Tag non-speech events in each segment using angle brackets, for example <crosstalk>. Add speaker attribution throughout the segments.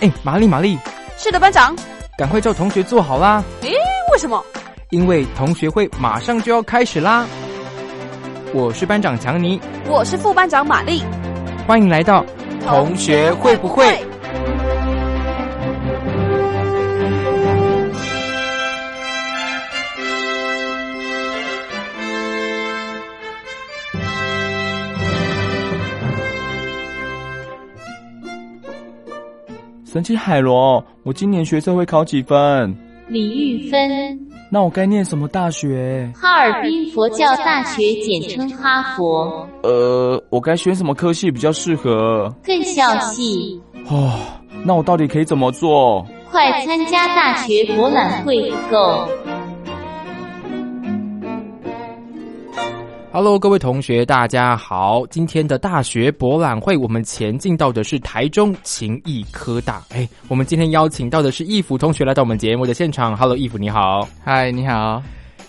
Speaker 1: 哎，玛丽，玛丽，
Speaker 2: 是的，班长。
Speaker 3: 哎
Speaker 1: 赶快叫同学坐好啦，
Speaker 2: 为什么？
Speaker 1: 因为同学会马上就要开始啦。我是班长强尼，
Speaker 2: 我是副班长玛丽。
Speaker 1: 欢迎来到
Speaker 2: 同
Speaker 1: 学会不？
Speaker 3: 哎
Speaker 4: 神奇海螺，我今年学测会考几分？
Speaker 5: 李玉芬，
Speaker 4: 那我该念什么大学？
Speaker 5: 哈尔滨佛教大学简称哈佛，
Speaker 4: 呃，我该选什么科系比较适合？
Speaker 5: 更校系。
Speaker 4: 哦，那我到底可以怎么做？
Speaker 5: 快参加大学博览会购。
Speaker 1: Hello，各位同学，大家好！今天的大学博览会，我们前进到的是台中勤益科大。哎，我们今天邀请到的是易福同学来到我们节目的现场。Hello，易福你好。
Speaker 6: 嗨，你好。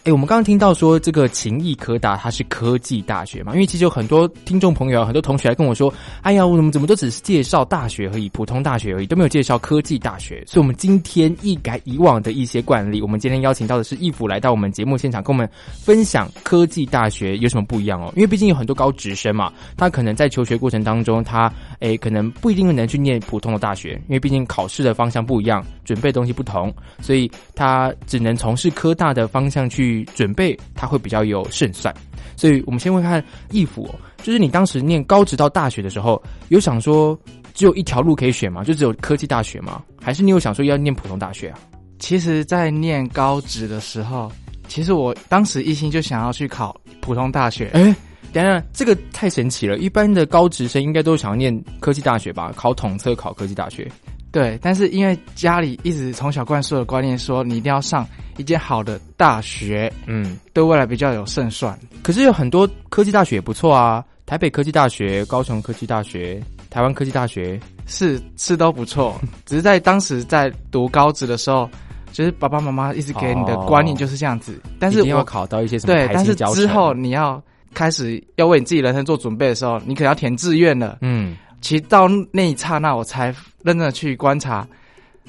Speaker 1: 哎，我们刚刚听到说这个勤益科大它是科技大学嘛，因为其实有很多听众朋友、很多同学来跟我说，哎呀，我们怎么都只是介绍大学而已，普通大学而已，都没有介绍科技大学。所以，我们今天一改以往的一些惯例，我们今天邀请到的是易福来到我们节目现场，跟我们分享科技大学有什么不一样哦。因为毕竟有很多高职生嘛，他可能在求学过程当中，他哎可能不一定能去念普通的大学，因为毕竟考试的方向不一样，准备的东西不同，所以他只能从事科大的方向去准备，他会比较有胜算。所以我们先会看义父、哦，就是你当时念高职到大学的时候，有想说只有一条路可以选吗？就只有科技大学吗？还是你有想说要念普通大学啊？
Speaker 6: 其实，在念高职的时候，其实我当时一心就想要去考普通大学。
Speaker 1: 哎，等等，这个太神奇了！一般的高职生应该都想要念科技大学吧？考统测，考科技大学。
Speaker 6: 对，但是因为家里一直从小灌输的观念说，你一定要上一间好的大学，
Speaker 1: 嗯，
Speaker 6: 对未来比较有胜算。
Speaker 1: 可是有很多科技大学也不错啊，台北科技大学、高雄科技大学、台湾科技大学。
Speaker 6: 是是都
Speaker 1: <laughs>
Speaker 6: 不错，只是在当时在读高职的时候，就是爸爸妈妈一直给你的观念就是这样子。但是
Speaker 1: 一定要
Speaker 6: 我
Speaker 1: 考到一些什么
Speaker 6: 对，
Speaker 1: 台
Speaker 6: 但
Speaker 1: 新
Speaker 6: 是
Speaker 1: 教
Speaker 6: 之
Speaker 1: 程
Speaker 6: 后，你要开始要为你自己人生做准备的时候，你可能要填志愿了。
Speaker 1: 嗯，
Speaker 6: 其实到那一刹那，我才认真的去观察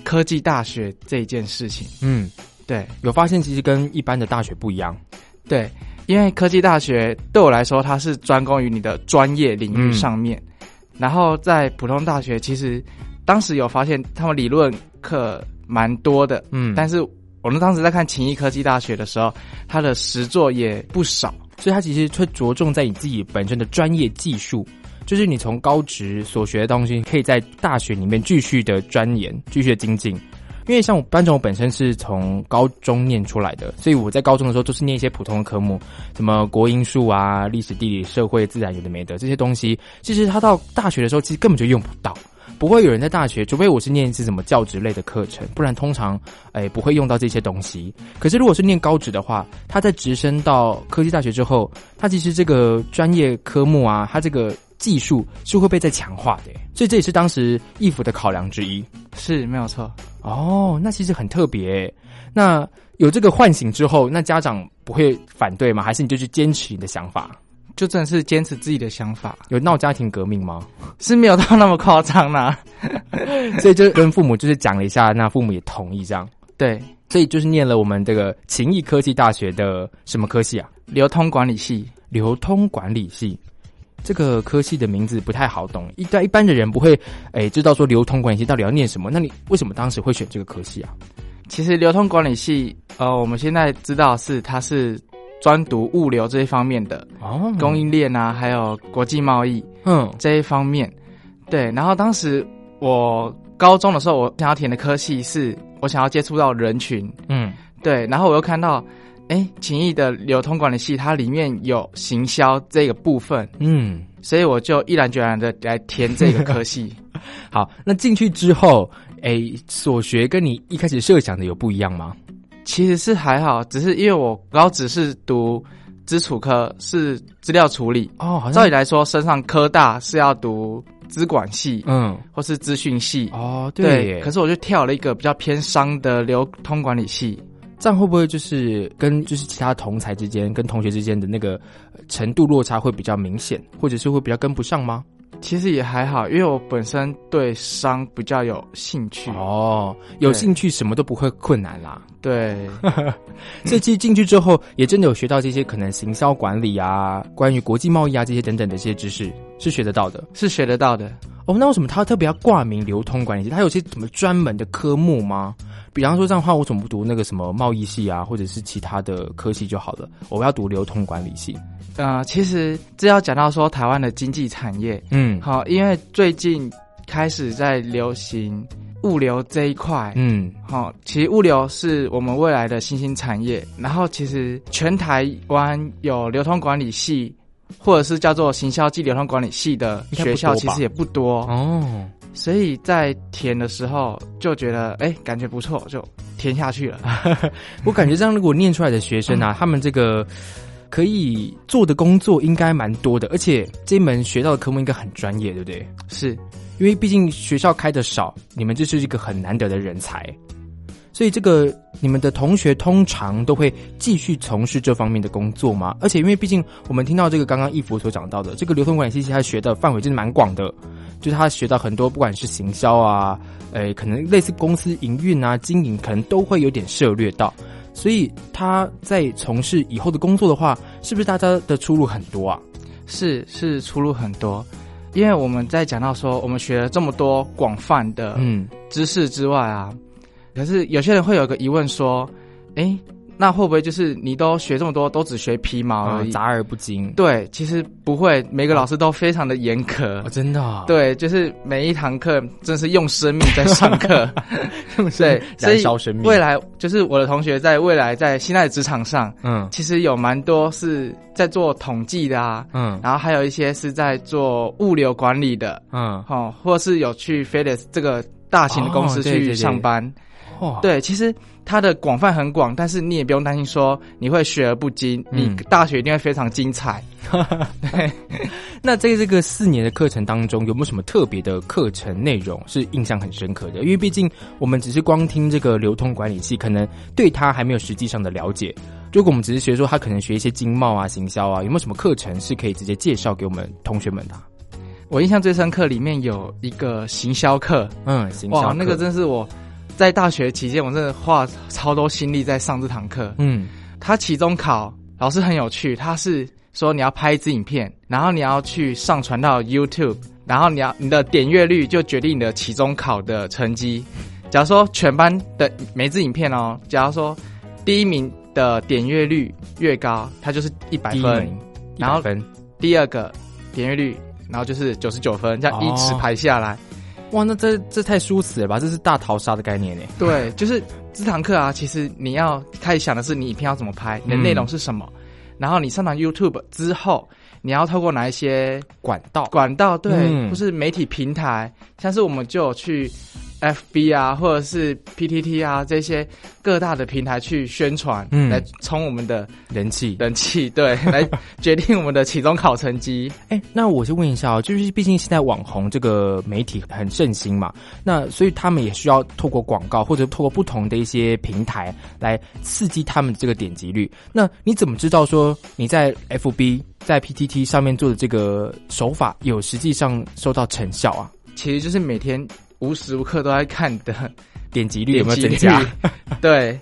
Speaker 6: 科技大学这一件事情。
Speaker 1: 嗯，
Speaker 6: 对
Speaker 1: 有发现其实跟一般的大学不一样。
Speaker 6: 对，因为科技大学对我来说，它是专攻于你的专业领域上面。然后在普通大学，其实当时有发现他们理论课蛮多的，
Speaker 1: 嗯，
Speaker 6: 但是我们当时在看勤益科技大学的时候，它的实作也不少。
Speaker 1: 所以呃它其实会着重在你自己本身的专业技术，就是你从高职所学的东西，可以在大学里面继续的钻研、继续的精进。因为像我班长，我本身是从高中念出来的，所以我在高中的时候都是念一些普通的科目，什么国英数啊、历史、地理、社会、自然有的没的这些东西。其实他到大学的时候，其实根本就用不到，不会有人在大学，除非我是念是什么教职类的课程，不然通常哎不会用到这些东西。可是如果是念高职的话，他在直升到科技大学之后，他其实这个专业科目啊，他这个技术是会被再强化的耶，所以这也是当时义府的考量之一。
Speaker 6: 是没有错，
Speaker 1: 哦，那其实很特别耶。那有这个唤醒之后，那家长不会反对吗？还是你就去坚持你的想法？
Speaker 6: 就真的是坚持自己的想法，
Speaker 1: 有闹家庭革命吗？
Speaker 6: 是没有到那么夸张啦、
Speaker 1: 所以就跟父母就是讲了一下，那父母也同意这样。
Speaker 6: 对，
Speaker 1: 所以就是念了我们这个勤益科技大学的什么科系啊？
Speaker 6: 流通管理系，
Speaker 1: 流通管理系。这个科系的名字不太好懂，一般一般的人不会诶知道说流通管理系到底要念什么。那你为什么当时会选这个科系啊？
Speaker 6: 其实流通管理系，呃，我们现在知道是它是专读物流这一方面的
Speaker 1: 哦
Speaker 6: 供应链啊，还有国际贸易
Speaker 1: 嗯
Speaker 6: 这一方面。对，然后当时我高中的时候，我想要填的科系是我想要接触到人群，
Speaker 1: 嗯
Speaker 6: 对，然后我又看到，哎，勤益的流通管理系它里面有行销这个部分，
Speaker 1: 嗯，
Speaker 6: 所以我就毅然决然的来填这个科系。
Speaker 1: 好，那进去之后，诶所学跟你一开始设想的有不一样吗？
Speaker 6: 其实是还好，只是因为我高职是读基础科，是资料处理。
Speaker 1: 哦，好
Speaker 6: 照理来说，升上科大是要读资管系
Speaker 1: 嗯
Speaker 6: 或是资讯系。
Speaker 1: 哦耶
Speaker 6: 可是我就跳了一个比较偏商的流通管理系。
Speaker 1: 这样会不会就是跟就是其他同才之间跟同学之间的那个呃程度落差会比较明显，或者是会比较跟不上吗？
Speaker 6: 其实也还好，因为我本身对商比较有兴趣。
Speaker 1: 哦，有
Speaker 6: 对
Speaker 1: 兴趣什么都不会困难啦。 <laughs>
Speaker 6: 对，
Speaker 1: 所以其实进去之后，也真的有学到这些可能行销管理啊、关于国际贸易啊这些等等的这些知识是学得到的。
Speaker 6: 是学得到的。
Speaker 1: 哦，那为什么他特别要挂名流通管理？他有些什么专门的科目吗？比方说这样的话，我怎么不读那个什么贸易系啊，或者是其他的科系就好了？我要读流通管理系。
Speaker 6: 呃，其实这要讲到说台湾的经济产业，
Speaker 1: 嗯
Speaker 6: 好，因为最近开始在流行物流这一块。
Speaker 1: 嗯，
Speaker 6: 好，其实物流是我们未来的新兴产业。然后，其实全台湾有流通管理系，或者是叫做行销暨流通管理系的
Speaker 1: 应该不
Speaker 6: 学校，
Speaker 1: 多
Speaker 6: 其
Speaker 1: 吧
Speaker 6: 实也不多。
Speaker 1: 哦，
Speaker 6: 所以在填的时候就觉得，哎、感觉不错，就填下去了。
Speaker 1: 啊我感觉这样，如果念出来的学生啊，他们这个可以做的工作应该蛮多的，而且这一门学到的科目应该很专业，对不对？
Speaker 6: <laughs> 是，
Speaker 1: 因为毕竟学校开的少，你们这是一个很难得的人才，所以这个你们的同学通常都会继续从事这方面的工作吗？而且因为毕竟我们听到这个刚刚一福所讲到的这个流通管理信息，他学的范围真的蛮广的，就是他学到很多，不管是行销啊，诶、可能类似公司营运啊、经营，可能都会有点涉略到。所以他在从事以后的工作的话，是不是大家的出路很多啊？
Speaker 6: 是是出入很多，因为我们在讲到说，我们学了这么多广泛的
Speaker 1: 嗯，
Speaker 6: 知识之外啊，可是有些人会有个疑问说，哎、那会不会就是你都学这么多，都只学皮毛
Speaker 1: 啊
Speaker 6: 而已？
Speaker 1: 杂而不精，
Speaker 6: 对，其实不会，每个老师都非常的严格。
Speaker 1: 哦，真的、啊，
Speaker 6: 对，就是每一堂课真是用生命在上
Speaker 1: <laughs>
Speaker 6: 课，对，所
Speaker 1: 燃
Speaker 6: 以
Speaker 1: 烧生命，
Speaker 6: 未来就是我的同学在未来在现在的职场上，
Speaker 1: 嗯
Speaker 6: 其实有蛮多是在做统计的啊，
Speaker 1: 嗯
Speaker 6: 然后还有一些是在做物流管理的，
Speaker 1: 嗯，
Speaker 6: 哦，或是有去 FedEx 这个大型的公司
Speaker 1: 哦对对哦
Speaker 6: 去
Speaker 1: 对
Speaker 6: 上班。
Speaker 1: 哇，
Speaker 6: 对其实它的广泛很广，但是你也不用担心说你会学而不精，
Speaker 1: 嗯
Speaker 6: 你大学一定会非常精彩。
Speaker 1: 那在这个四年的课程当中，有没有什么特别的课程内容是印象很深刻的？因为毕竟我们只是光听这个流通管理系，可能对它还没有实际上的了解。如果我们只是学说，他可能学一些经贸啊、行销啊，有没有什么课程是可以直接介绍给我们同学们的啊、
Speaker 6: 我印象最深刻里面有一个行销课，
Speaker 1: 嗯，行销
Speaker 6: 哇，那个
Speaker 1: 课，
Speaker 6: 真是我在大学期间，我真的花超多心力在上这堂课。
Speaker 1: 嗯
Speaker 6: 他期中考老师很有趣，他是说你要拍一支影片，然后你要去上传到 YouTube，然后你要你的点阅率就决定你的期中考的成绩。假如说全班的每支影片哦，假如说第一名的点阅率越高，它就是一百
Speaker 1: 第一
Speaker 6: 分；
Speaker 1: 名，
Speaker 6: 然后
Speaker 1: 100分，
Speaker 6: 第二个点阅率，然后就是九十九分，这样依次
Speaker 1: 哦
Speaker 6: 排下来。
Speaker 1: 哇，那这这太殊死了吧？这是大逃杀的概念呢。
Speaker 6: 对， <laughs> 就是这堂课啊，其实你要开始想的是你影片要怎么拍，你的内容是什么，然后你上传 YouTube 之后，你要透过哪一些
Speaker 1: 管道，
Speaker 6: 管道，对，
Speaker 1: 嗯
Speaker 6: 或是媒体平台，像是我们就有去 FB 啊，或者是 PTT 啊这些各大的平台去宣传，
Speaker 1: 嗯
Speaker 6: 来冲我们的
Speaker 1: 人气，
Speaker 6: 人气，对， <laughs> 来决定我们的期中考成绩。
Speaker 1: 哎，那我先问一下哦，就是毕竟现在网红这个媒体很盛行嘛，那所以他们也需要透过广告或者透过不同的一些平台来刺激他们这个点击率。那你怎么知道说你在 FB 在 PTT 上面做的这个手法有实际上收到成效啊？
Speaker 6: 其实就是每天无时无刻都在看的
Speaker 1: 点击率有
Speaker 6: 点
Speaker 1: 没有
Speaker 6: 击
Speaker 1: 增
Speaker 6: 率
Speaker 1: 加？， <laughs>
Speaker 6: <laughs> 对，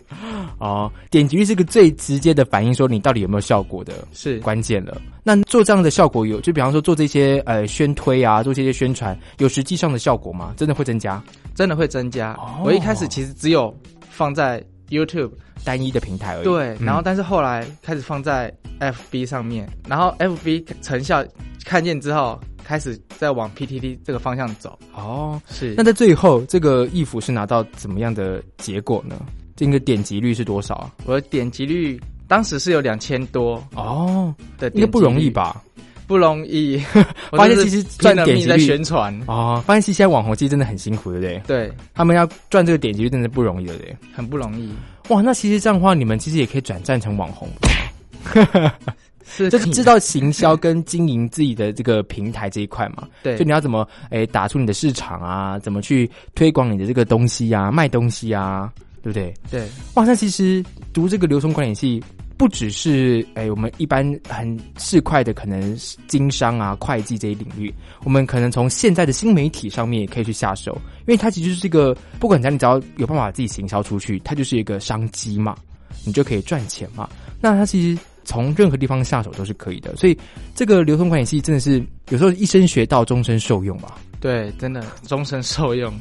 Speaker 1: 哦，点击率是个最直接的反映说你到底有没有效果的
Speaker 6: 是。
Speaker 1: 关键了。那做这样的效果有，就比方说做这些呃宣推啊，做这些宣传，有实际上的效果吗？真的会增加？
Speaker 6: 真的会增加。
Speaker 1: 哦
Speaker 6: 我一开始其实只有放在 YouTube，
Speaker 1: 单一的平台而已。
Speaker 6: 对，
Speaker 1: 嗯
Speaker 6: 然后但是后来开始放在 FB 上面，然后 FB 成效看见之后，开始再往 PTT 这个方向走。
Speaker 1: 哦，
Speaker 6: 是
Speaker 1: 那在最后这个易服是拿到怎么样的结果呢？这个点击率是多少啊？
Speaker 6: 我的点击率当时是有两千多
Speaker 1: 哦，
Speaker 6: 的，
Speaker 1: 应该不容易？吧？
Speaker 6: 不
Speaker 1: <laughs>
Speaker 6: 容易，我
Speaker 1: 发现
Speaker 6: 就是
Speaker 1: 其实
Speaker 6: 拼
Speaker 1: 赚
Speaker 6: 了
Speaker 1: 点
Speaker 6: 命
Speaker 1: 击
Speaker 6: 在
Speaker 1: 率
Speaker 6: 宣传，
Speaker 1: 哦，发现其实现在网红其实真的很辛苦，对不对？
Speaker 6: 对，
Speaker 1: 他们要赚这个点击率真的不容易，对不对？
Speaker 6: 很不容易。
Speaker 1: 哇，那其实这样的话，你们其实也可以转战成网红，
Speaker 6: 是
Speaker 1: 就是知道行销跟经营自己的这个平台这一块嘛。
Speaker 6: 对
Speaker 1: 就你要怎么诶打出你的市场啊，怎么去推广你的这个东西啊，卖东西啊，对不对？
Speaker 6: 对，
Speaker 1: 哇，那其实读这个流通管理系不只是哎、我们一般很市侩的可能是经商啊、会计这一领域，我们可能从现在的新媒体上面也可以去下手，因为它其实就是一个，不管怎样，你只要有办法把自己行销出去，它就是一个商机嘛，你就可以赚钱嘛。那它其实从任何地方下手都是可以的，所以这个流通管理系真的是有时候一生学到终身受用吧。
Speaker 6: 对，真的终身受用。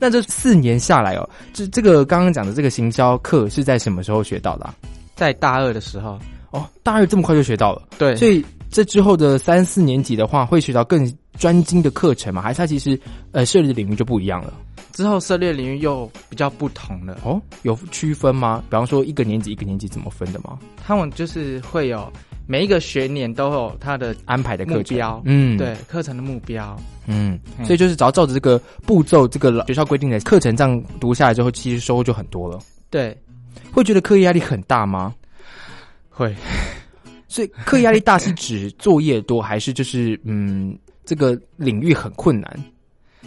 Speaker 1: 那这四年下来哦，这这个刚刚讲的这个行销课是在什么时候学到的啊、
Speaker 6: 在大二的时候，
Speaker 1: 哦，大二这么快就学到了，
Speaker 6: 对，
Speaker 1: 所以这之后的三四年级的话，会学到更专精的课程嘛？还是它其实呃涉猎的领域就不一样了？
Speaker 6: 之后涉猎领域又比较不同了。
Speaker 1: 哦，有区分吗？比方说一个年级一个年级怎么分的吗？
Speaker 6: 他们就是会有每一个学年都有他的、
Speaker 1: 安排的课程
Speaker 6: 目标
Speaker 1: 嗯，
Speaker 6: 对，课程的目标。
Speaker 1: 嗯，
Speaker 6: 嗯
Speaker 1: 所以就是只要照着这个步骤，这个学校规定的课程这样读下来之后，其实收获就很多了。
Speaker 6: 对，
Speaker 1: 会觉得课业压力很大吗？
Speaker 6: 会
Speaker 1: 所以课业压力大是指作业多，还是就是嗯这个领域很困难？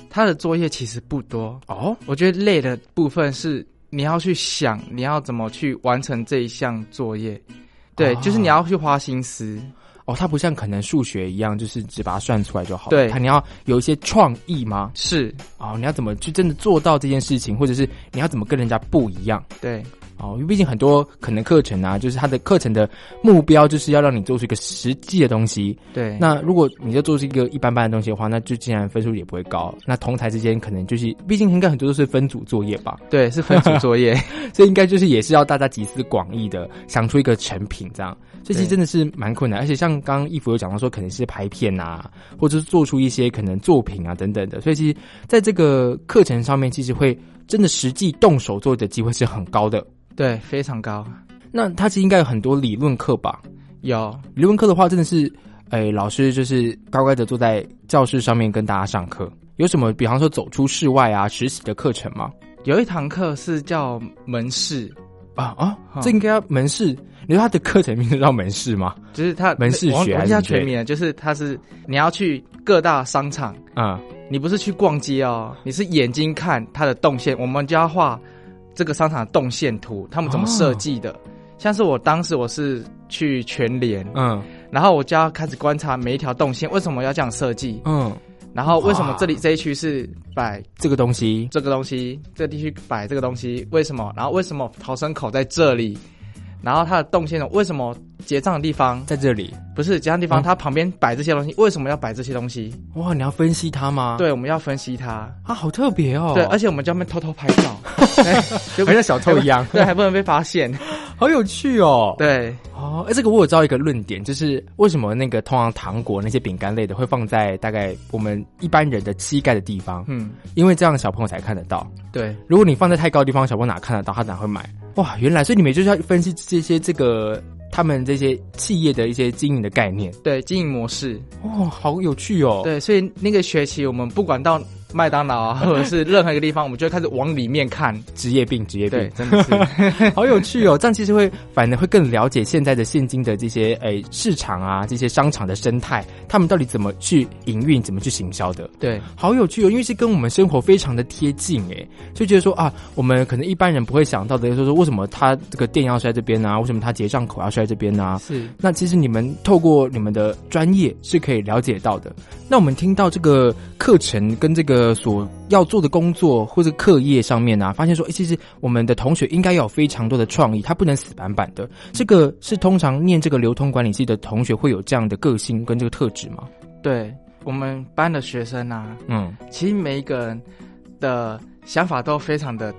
Speaker 6: 他的作业其实不多，
Speaker 1: 哦，
Speaker 6: 我觉得累的部分是你要去想你要怎么去完成这一项作业。对，
Speaker 1: 哦
Speaker 6: 就是你要去花心思。
Speaker 1: 哦，它不像可能数学一样，就是只把它算出来就好了。
Speaker 6: 对
Speaker 1: 它你要有一些创意吗？
Speaker 6: 是，
Speaker 1: 哦，你要怎么去真的做到这件事情，或者是你要怎么跟人家不一样？
Speaker 6: 对，
Speaker 1: 哦，因为毕竟很多可能课程啊，就是它的课程的目标就是要让你做出一个实际的东西。
Speaker 6: 对，
Speaker 1: 那如果你就做出一个一般般的东西的话，那就自然分数也不会高。那同台之间可能就是，毕竟应该很多都是分组作业吧，
Speaker 6: 对是分组作业。
Speaker 1: 所以应该就是也是要大家集思广益的想出一个成品这样。这其实
Speaker 6: 对
Speaker 1: 真的是蛮困难，而且像刚刚义父有讲到说，可能是拍片啊，或者是做出一些可能作品啊等等的，所以其实在这个课程上面，其实会真的实际动手做的机会是很高的。
Speaker 6: 对，非常高。
Speaker 1: 那它其实应该有很多理论课吧？
Speaker 6: 有，
Speaker 1: 理论课的话，真的是，哎，老师就是乖乖的坐在教室上面跟大家上课。有什么，比方说走出室外啊、实习的课程吗？
Speaker 6: 有一堂课是叫门市，
Speaker 1: 啊啊，
Speaker 6: 哈
Speaker 1: 这应该要门市。你说他的课程名字叫门市吗？
Speaker 6: 就是它
Speaker 1: 门市
Speaker 6: 我忘
Speaker 1: 学还
Speaker 6: 我
Speaker 1: 是
Speaker 6: 记它
Speaker 1: 什么
Speaker 6: 全
Speaker 1: 之类
Speaker 6: 名了，就是它是你要去各大商场，
Speaker 1: 啊、
Speaker 6: 你不是去逛街哦，你是眼睛看它的动线，我们就要画这个商场的动线图，他们怎么设
Speaker 1: 哦
Speaker 6: 计的。像是我当时我是去全联，
Speaker 1: 嗯
Speaker 6: 然后我就要开始观察每一条动线为什么要这样设计，
Speaker 1: 嗯，
Speaker 6: 然后为什么
Speaker 1: 哇
Speaker 6: 这里这一区是摆
Speaker 1: 这个东西
Speaker 6: 这个东西，这个地区摆这个东西，为什么？然后为什么逃生口在这里？然后它的动线为什么结账的地方
Speaker 1: 在这里，
Speaker 6: 不是结账地方，
Speaker 1: 嗯
Speaker 6: 它旁边摆这些东西，为什么要摆这些东西？
Speaker 1: 哇，你要分析它吗？
Speaker 6: 对，我们要分析它。
Speaker 1: 啊，好特别啊哦。
Speaker 6: 对，而且我们就要偷偷拍
Speaker 1: <laughs>
Speaker 6: 照，对
Speaker 1: 好像小偷一样
Speaker 6: 对，还不能被发
Speaker 1: <laughs>
Speaker 6: 现。
Speaker 1: 好有趣哦。
Speaker 6: 对，
Speaker 1: 哦，哎，这个我有知道一个论点，就是为什么那个通常糖果那些饼干类的会放在大概我们一般人的膝盖的地方，
Speaker 6: 嗯，
Speaker 1: 因为这样小朋友才看得到。
Speaker 6: 对，
Speaker 1: 如果你放在太高的地方，小朋友哪看得到？他哪会买？哇，原来所以你们就是要分析这些这个他们这些企业的一些经营的概念。
Speaker 6: 对，经营模式。
Speaker 1: 哇、好有趣哦。，
Speaker 6: 对，所以那个学期我们不管到麦当劳啊，
Speaker 1: <laughs>
Speaker 6: 或者是任何一个地方，我们就会开始往里面看。
Speaker 1: 职业病，职业病
Speaker 6: 对，。真的是，
Speaker 1: 好有趣哦！这样其实会反而会更了解现在的现今的这些诶、市场啊，这些商场的生态，他们到底怎么去营运，怎么去行销的。
Speaker 6: <laughs> 对，
Speaker 1: 好有趣哦，因为是跟我们生活非常的贴近诶，就觉得说啊，我们可能一般人不会想到的，就是说为什么他这个店要设在这边啊，为什么他结账口要设在这边啊？
Speaker 6: 是。
Speaker 1: 那其实你们透过你们的专业是可以了解到的。那我们听到这个课程跟这个所要做的工作或者课业上面啊，发现说，诶其实我们的同学应该要有非常多的创意，他不能死板板的。这个是通常念这个流通管理系的同学会有这样的个性跟这个特质吗？
Speaker 6: 对我们班的学生啊，
Speaker 1: 嗯，
Speaker 6: 其实每一个人的想法都非常的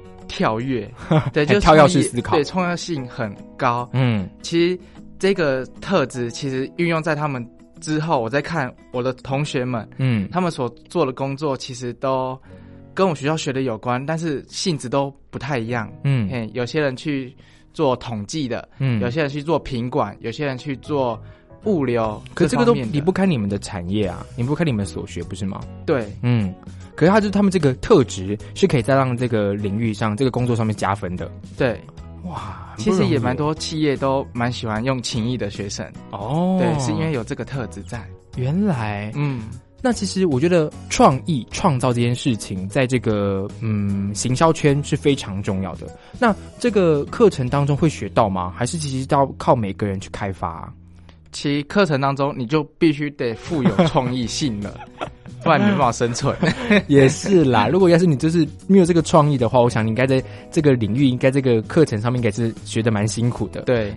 Speaker 1: <laughs>
Speaker 6: 跳跃，对，
Speaker 1: 很
Speaker 6: 就是
Speaker 1: 跳跃
Speaker 6: 创意
Speaker 1: 式思考
Speaker 6: 对，创造性很高。
Speaker 1: 嗯，
Speaker 6: 其实这个特质其实运用在他们之后，我在看我的同学们，
Speaker 1: 嗯，
Speaker 6: 他们所做的工作其实都跟我学校学的有关，但是性质都不太一样。
Speaker 1: 嗯，
Speaker 6: 嗯，有些人去做统计的，
Speaker 1: 嗯
Speaker 6: 有些人去做品管，有些人去做物流
Speaker 1: 可
Speaker 6: 方面的，
Speaker 1: 这个都离不开你们的产业啊，离不开你们所学，不是吗？
Speaker 6: 对。
Speaker 1: 嗯，可是他就是他们这个特质是可以再让这个领域上、这个工作上面加分的。
Speaker 6: 对，
Speaker 1: 哇，
Speaker 6: 其实也蛮
Speaker 1: 很
Speaker 6: 多企业都蛮喜欢用情谊的学生，
Speaker 1: 不容易耶哦。
Speaker 6: 对，是因为有这个特质在。
Speaker 1: 原来
Speaker 6: 嗯，
Speaker 1: 那其实我觉得创意创造这件事情，在这个嗯行销圈是非常重要的。那这个课程当中会学到吗？还是其实到靠每个人去开发啊、
Speaker 6: 其实课程当中你就必须得富有创意性了，不然你没办法生存。
Speaker 1: <laughs> 也是啦，如果要是你就是没有这个创意的话，我想你应该在这个领域，应该这个课程上面应该是学的蛮辛苦的。
Speaker 6: 对，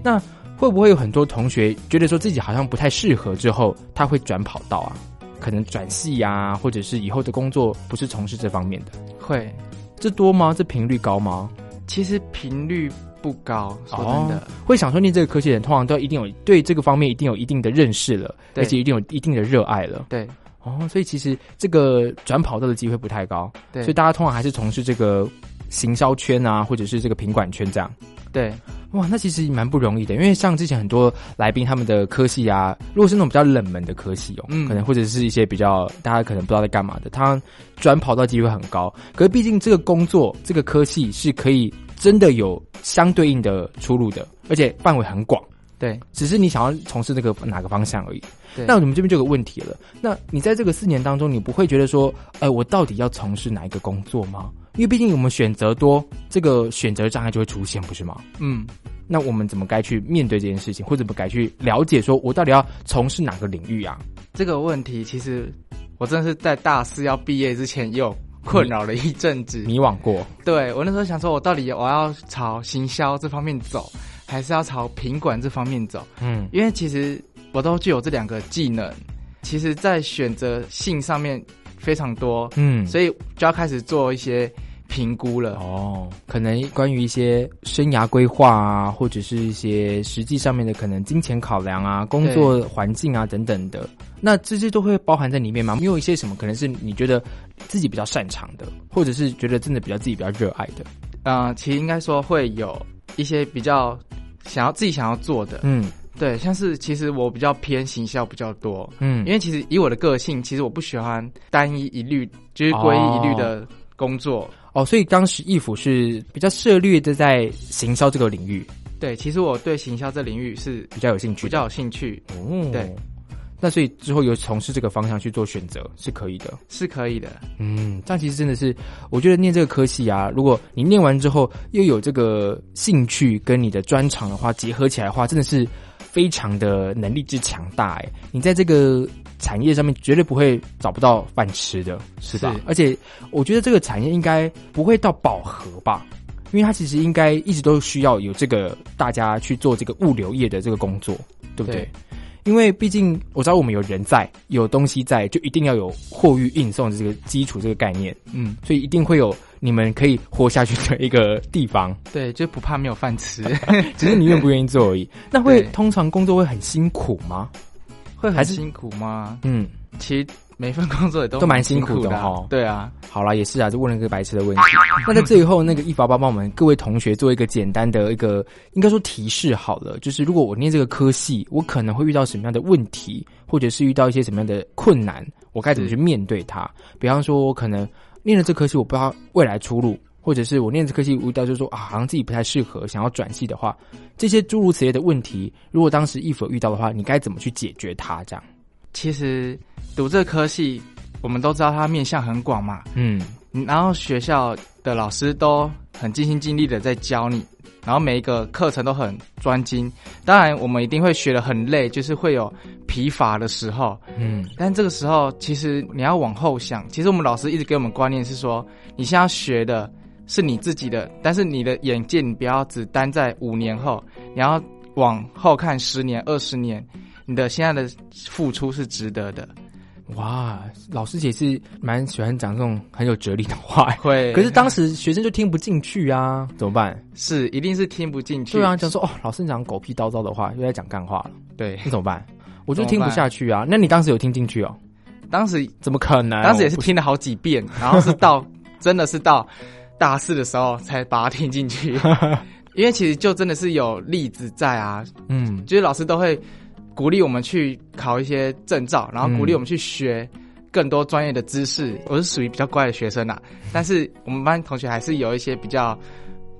Speaker 1: 会不会有很多同学觉得说自己好像不太适合，之后他会转跑道啊？可能转系啊，或者是以后的工作不是从事这方面的，
Speaker 6: 会，
Speaker 1: 这多吗？这频率高吗？
Speaker 6: 其实频率不高，说真的，
Speaker 1: 会想说念这个科系的人，通常都一定有对这个方面一定有一定的认识了，
Speaker 6: 对
Speaker 1: 而且一定有一定的热爱了。
Speaker 6: 对
Speaker 1: 哦，所以其实这个转跑道的机会不太高，
Speaker 6: 对，
Speaker 1: 所以大家通常还是从事这个行销圈啊，或者是这个品管圈这样。
Speaker 6: 对
Speaker 1: 哇，那其实蛮不容易的，因为像之前很多来宾他们的科系啊，如果是那种比较冷门的科系哦，
Speaker 6: 嗯
Speaker 1: 可能或者是一些比较大家可能不知道在干嘛的，他转跑道机会很高。可是毕竟这个工作这个科系是可以真的有相对应的出路的，而且范围很广。
Speaker 6: 对，
Speaker 1: 只是你想要从事这个哪个方向而已。
Speaker 6: 对
Speaker 1: 那我们这边就有个问题了，那你在这个四年当中，你不会觉得说，哎、我到底要从事哪一个工作吗？因为毕竟我们选择多，这个选择障碍就会出现，不是吗？
Speaker 6: 嗯，
Speaker 1: 那我们怎么该去面对这件事情，或者怎么该去了解，说我到底要从事哪个领域啊？
Speaker 6: 这个问题其实我真的是在大四要毕业之前又困扰了一阵子。
Speaker 1: 迷惘过，
Speaker 6: 对我那时候想说，我到底我要朝行销这方面走，还是要朝品管这方面走？
Speaker 1: 嗯，
Speaker 6: 因为其实我都具有这两个技能，其实，在选择性上面非常多，
Speaker 1: 嗯，
Speaker 6: 所以就要开始做一些评估了。
Speaker 1: 哦，可能关于一些生涯规划啊，或者是一些实际上面的可能金钱考量啊、工作环境啊等等的，那这些都会包含在里面吗？没有一些什么可能是你觉得自己比较擅长的，或者是觉得真的比较自己比较热爱的？
Speaker 6: 嗯、其实应该说会有一些比较想要自己想要做的，
Speaker 1: 嗯
Speaker 6: 对，像是其实我比较偏行销比较多，
Speaker 1: 嗯
Speaker 6: 因为其实以我的个性，其实我不喜欢单一一律，就是归一一律的工作。
Speaker 1: 哦，所以当时义府是比较涉猎的在行销这个领域
Speaker 6: 对，其实我对行销这领域是
Speaker 1: 比较有兴趣
Speaker 6: 比
Speaker 1: 的，
Speaker 6: 较有兴趣，
Speaker 1: 哦
Speaker 6: 对。
Speaker 1: 那所以之后有从事这个方向去做选择是可以的，
Speaker 6: 是可以的。
Speaker 1: 嗯，这样其实真的是，我觉得念这个科系啊，如果你念完之后又有这个兴趣跟你的专长的话，结合起来的话，真的是非常的能力之强大哎！你在这个产业上面绝对不会找不到饭吃的，是吧？
Speaker 6: 是
Speaker 1: 而且我觉得这个产业应该不会到饱和吧。因为它其实应该一直都需要有这个大家去做这个物流业的这个工作，对不对？
Speaker 6: 对
Speaker 1: 因为毕竟我知道我们有人在，有东西在，就一定要有货运运送的这个基础这个概念，
Speaker 6: 嗯，
Speaker 1: 所以一定会有你们可以活下去的一个地
Speaker 6: <laughs>
Speaker 1: 方，
Speaker 6: 对，就不怕没有饭吃，
Speaker 1: 只是你愿不愿意做而已。那会
Speaker 6: 对
Speaker 1: 通常工作会很辛苦吗？
Speaker 6: 会
Speaker 1: 还
Speaker 6: 很
Speaker 1: 是
Speaker 6: <laughs> 辛苦吗？
Speaker 1: 嗯，
Speaker 6: 其实每份工作也都
Speaker 1: 都蛮
Speaker 6: 辛
Speaker 1: 辛苦的哦
Speaker 6: 的啊
Speaker 1: 吼
Speaker 6: 对啊，
Speaker 1: 好啦，也是啊，就问了一个白痴的问题。那在最后，那个一法爸帮我们各位同学做一个简单的一个，应该说提示好了，就是如果我念这个科系，我可能会遇到什么样的问题，或者是遇到一些什么样的困难，我该怎么去面对它？比方说，我可能念了这科系，我不知道未来出路，或者是我念这科系我遇到就是说啊，好像自己不太适合，想要转系的话，这些诸如此类的问题，如果当时一否遇到的话，你该怎么去解决它？这样，
Speaker 6: 其实读这科系，我们都知道它面向很广嘛，
Speaker 1: 嗯，
Speaker 6: 然后学校的老师都很尽心尽力的在教你，然后每一个课程都很专精。当然，我们一定会学的很累，就是会有疲乏的时候。
Speaker 1: 嗯，
Speaker 6: 但这个时候，其实你要往后想，其实我们老师一直给我们观念是说，你现在要学的是你自己的，但是你的眼界你不要只单在五年后，你要往后看十年、二十年，你的现在的付出是值得的。
Speaker 1: 哇，老师也是蛮喜欢讲这种很有哲理的话。 <laughs> 欸
Speaker 6: 会，
Speaker 1: 可是当时学生就听不进去啊，怎么办？
Speaker 6: 是一定是听不进去。
Speaker 1: 对啊，讲说哦，老师你讲狗屁叨叨的话，又在讲干话了， <laughs>
Speaker 6: 对。
Speaker 1: 那怎么办？我就
Speaker 6: 怎么
Speaker 1: 听不
Speaker 6: 办
Speaker 1: 下去啊。那你当时有听进去哦？
Speaker 6: 当时
Speaker 1: 怎么可能？
Speaker 6: 当时也是听了好几遍，然后是到真的是到大四的时候才把它听进去，因为其实就真的是有例子在啊，
Speaker 1: 嗯，
Speaker 6: 就是老师都会鼓励我们去考一些证照，然后鼓励
Speaker 1: 嗯
Speaker 6: 我们去学。更多专业的啊知识，我是属于比较乖的学生啦、但是我们班同学还是有一些比较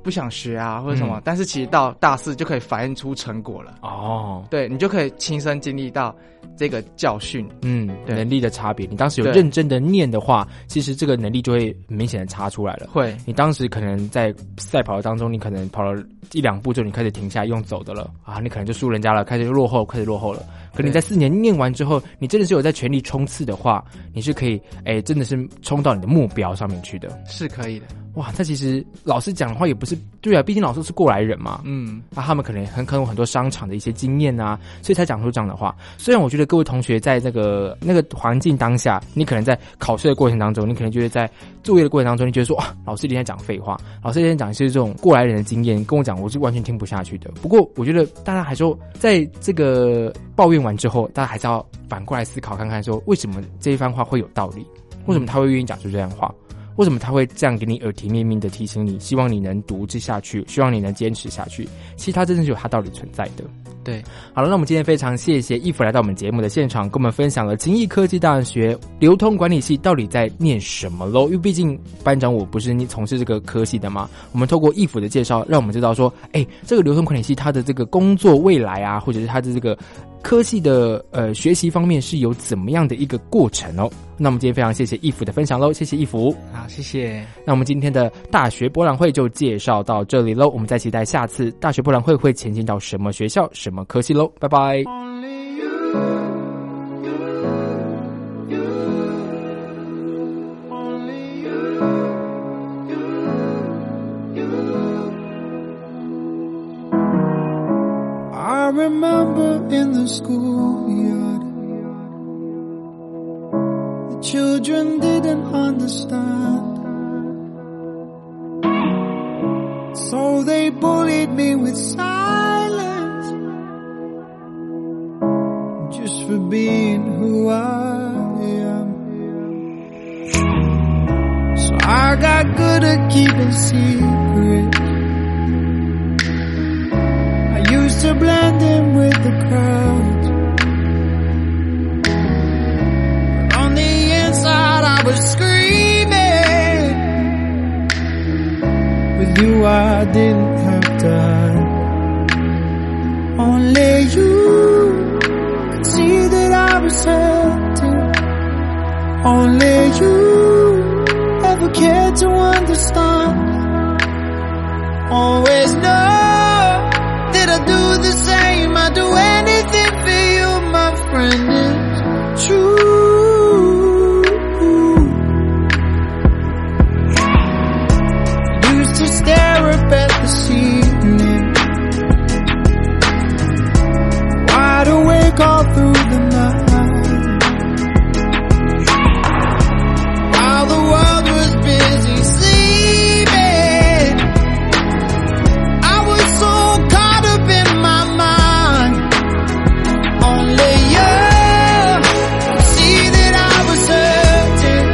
Speaker 6: 不想学啊，或者什么，但是其实到大四就可以反映出成果了。
Speaker 1: 哦，
Speaker 6: 对你就可以亲身经历到这个教训，
Speaker 1: 嗯，
Speaker 6: 对
Speaker 1: 能力的差别，你当时有
Speaker 6: 对
Speaker 1: 认真的念的话，其实这个能力就会明显的差出来了。
Speaker 6: 会
Speaker 1: 你当时可能在赛跑当中，你可能跑了一两步就你开始停下用走的了啊，你可能就输人家了，开始落后，开始落后了。可
Speaker 6: 对
Speaker 1: 你在四年念完之后，你真的是有在全力冲刺的话，你是可以哎、真的是冲到你的目标上面去的。
Speaker 6: 是可以的。
Speaker 1: 哇，那其实老师讲的话也不是对啊，毕竟老师是过来人嘛，
Speaker 6: 嗯，
Speaker 1: 啊，他们可能很可能有很多商场的一些经验啊，所以才讲出这样的话。虽然我觉得各位同学在那个那个环境当下，你可能在考试的过程当中，你可能觉得在作业的过程当中，你觉得说啊，老师今天讲废话，老师今天讲一些这种过来人的经验，跟我讲我是完全听不下去的。不过我觉得大家还说，在这个抱怨完之后，大家还是要反过来思考看看，说为什么这一番话会有道理，为什么他会愿意讲出这样的话。为什么他会这样给你耳提面命的提醒你，希望你能读之下去，希望你能坚持下去？其实它真的是有它道理存在的。
Speaker 6: 对，
Speaker 1: 好了，那我们今天非常谢谢义父来到我们节目的现场，跟我们分享了勤益科技大学流通管理系到底在念什么喽？因为毕竟班长我不是你从事这个科系的嘛，我们透过义父的介绍，让我们知道说，哎，这个流通管理系它的这个工作未来啊，或者是它的这个科系的呃学习方面是有怎么样的一个过程哦。那我们今天非常谢谢义父的分享喽，谢谢义父。
Speaker 6: 好，谢谢，
Speaker 1: 那我们今天的大学博览会就介绍到这里喽，我们再期待下次大学博览会会前进到什么学校、什么科系喽，拜拜。
Speaker 7: I remember in the schoolyard, the children didn't understand. So they bullied me with silence, just for being who I am. So I got good at keeping secrets. I used to blend in with the crowd. But on the inside, I was screaming. With you, I didn't have time. Only you could see that I was hurting. Only you ever cared to understand. Always know did I do the same? I'd do anything for you, my friend. It's true. Used to stare up at the ceiling, wide awake all through the night. While the world was busy sleeping. I was so caught up in my mind. Only you could see that I was hurting.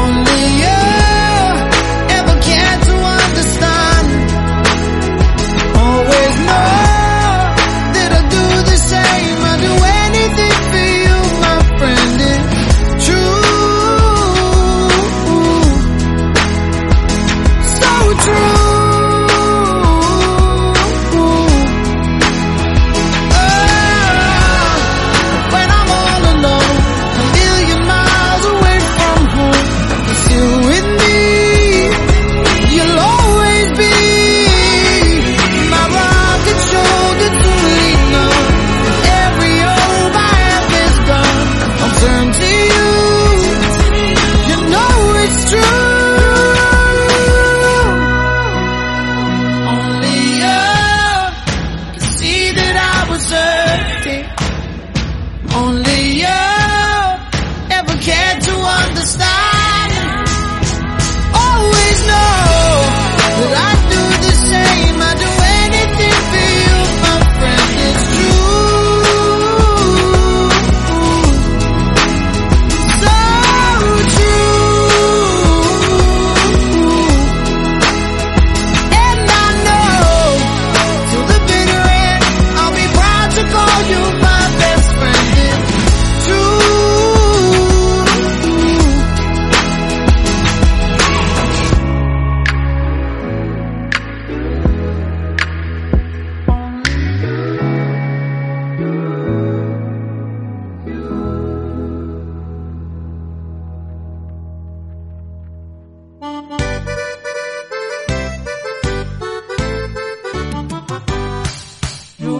Speaker 7: Only you ever cared to understand.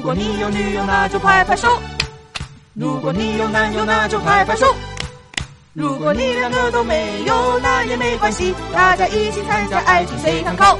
Speaker 3: 果你有女友，那就拍拍手；如果你有男友，那就拍拍手；如果你两个都没有，那也没关系，大家一起参加爱情随堂考。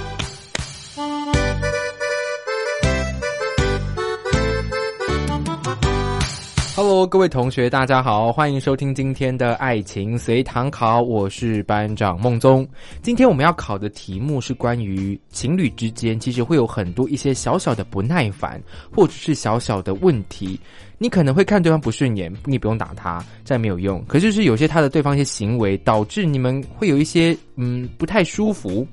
Speaker 1: Hello，各位同学，大家好，欢迎收听今天的《爱情随堂考》，我是班长孟宗。今天我们要考的题目是关于情侣之间，其实会有很多一些小小的不耐烦，或者是小小的问题。你可能会看对方不顺眼，你不用打他，这样没有用。可是就是有些他的对方一些行为，导致你们会有一些嗯不太舒服。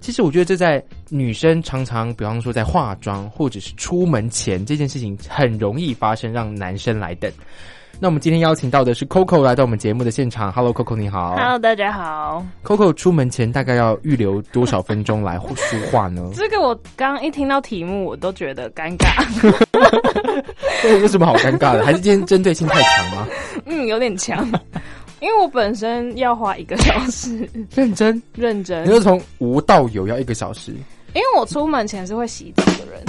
Speaker 1: 其实我觉得这在女生常常，比方说在化妆或者是出门前这件事情，很容易发生，让男生来等。那我们今天邀请到的是 Coco 来到我们节目的现场，Hello Coco 你好
Speaker 8: Hello，大家好。
Speaker 1: Coco 出门前大概要预留多少分钟来梳化呢？ <laughs>
Speaker 8: 这个我刚一听到题目，我都觉得尴尬， <laughs>
Speaker 1: 这有什么好尴尬的？还是今天针对性太强吗？
Speaker 8: 嗯，有点强，
Speaker 5: <laughs>
Speaker 8: 因为我本身要花一个小时，
Speaker 1: 认真，
Speaker 8: <laughs> 认
Speaker 5: <laughs>
Speaker 8: 真
Speaker 1: 你，就从无到有要一个小时，
Speaker 8: 因为我出门前是会洗澡的
Speaker 5: <laughs>
Speaker 8: 人，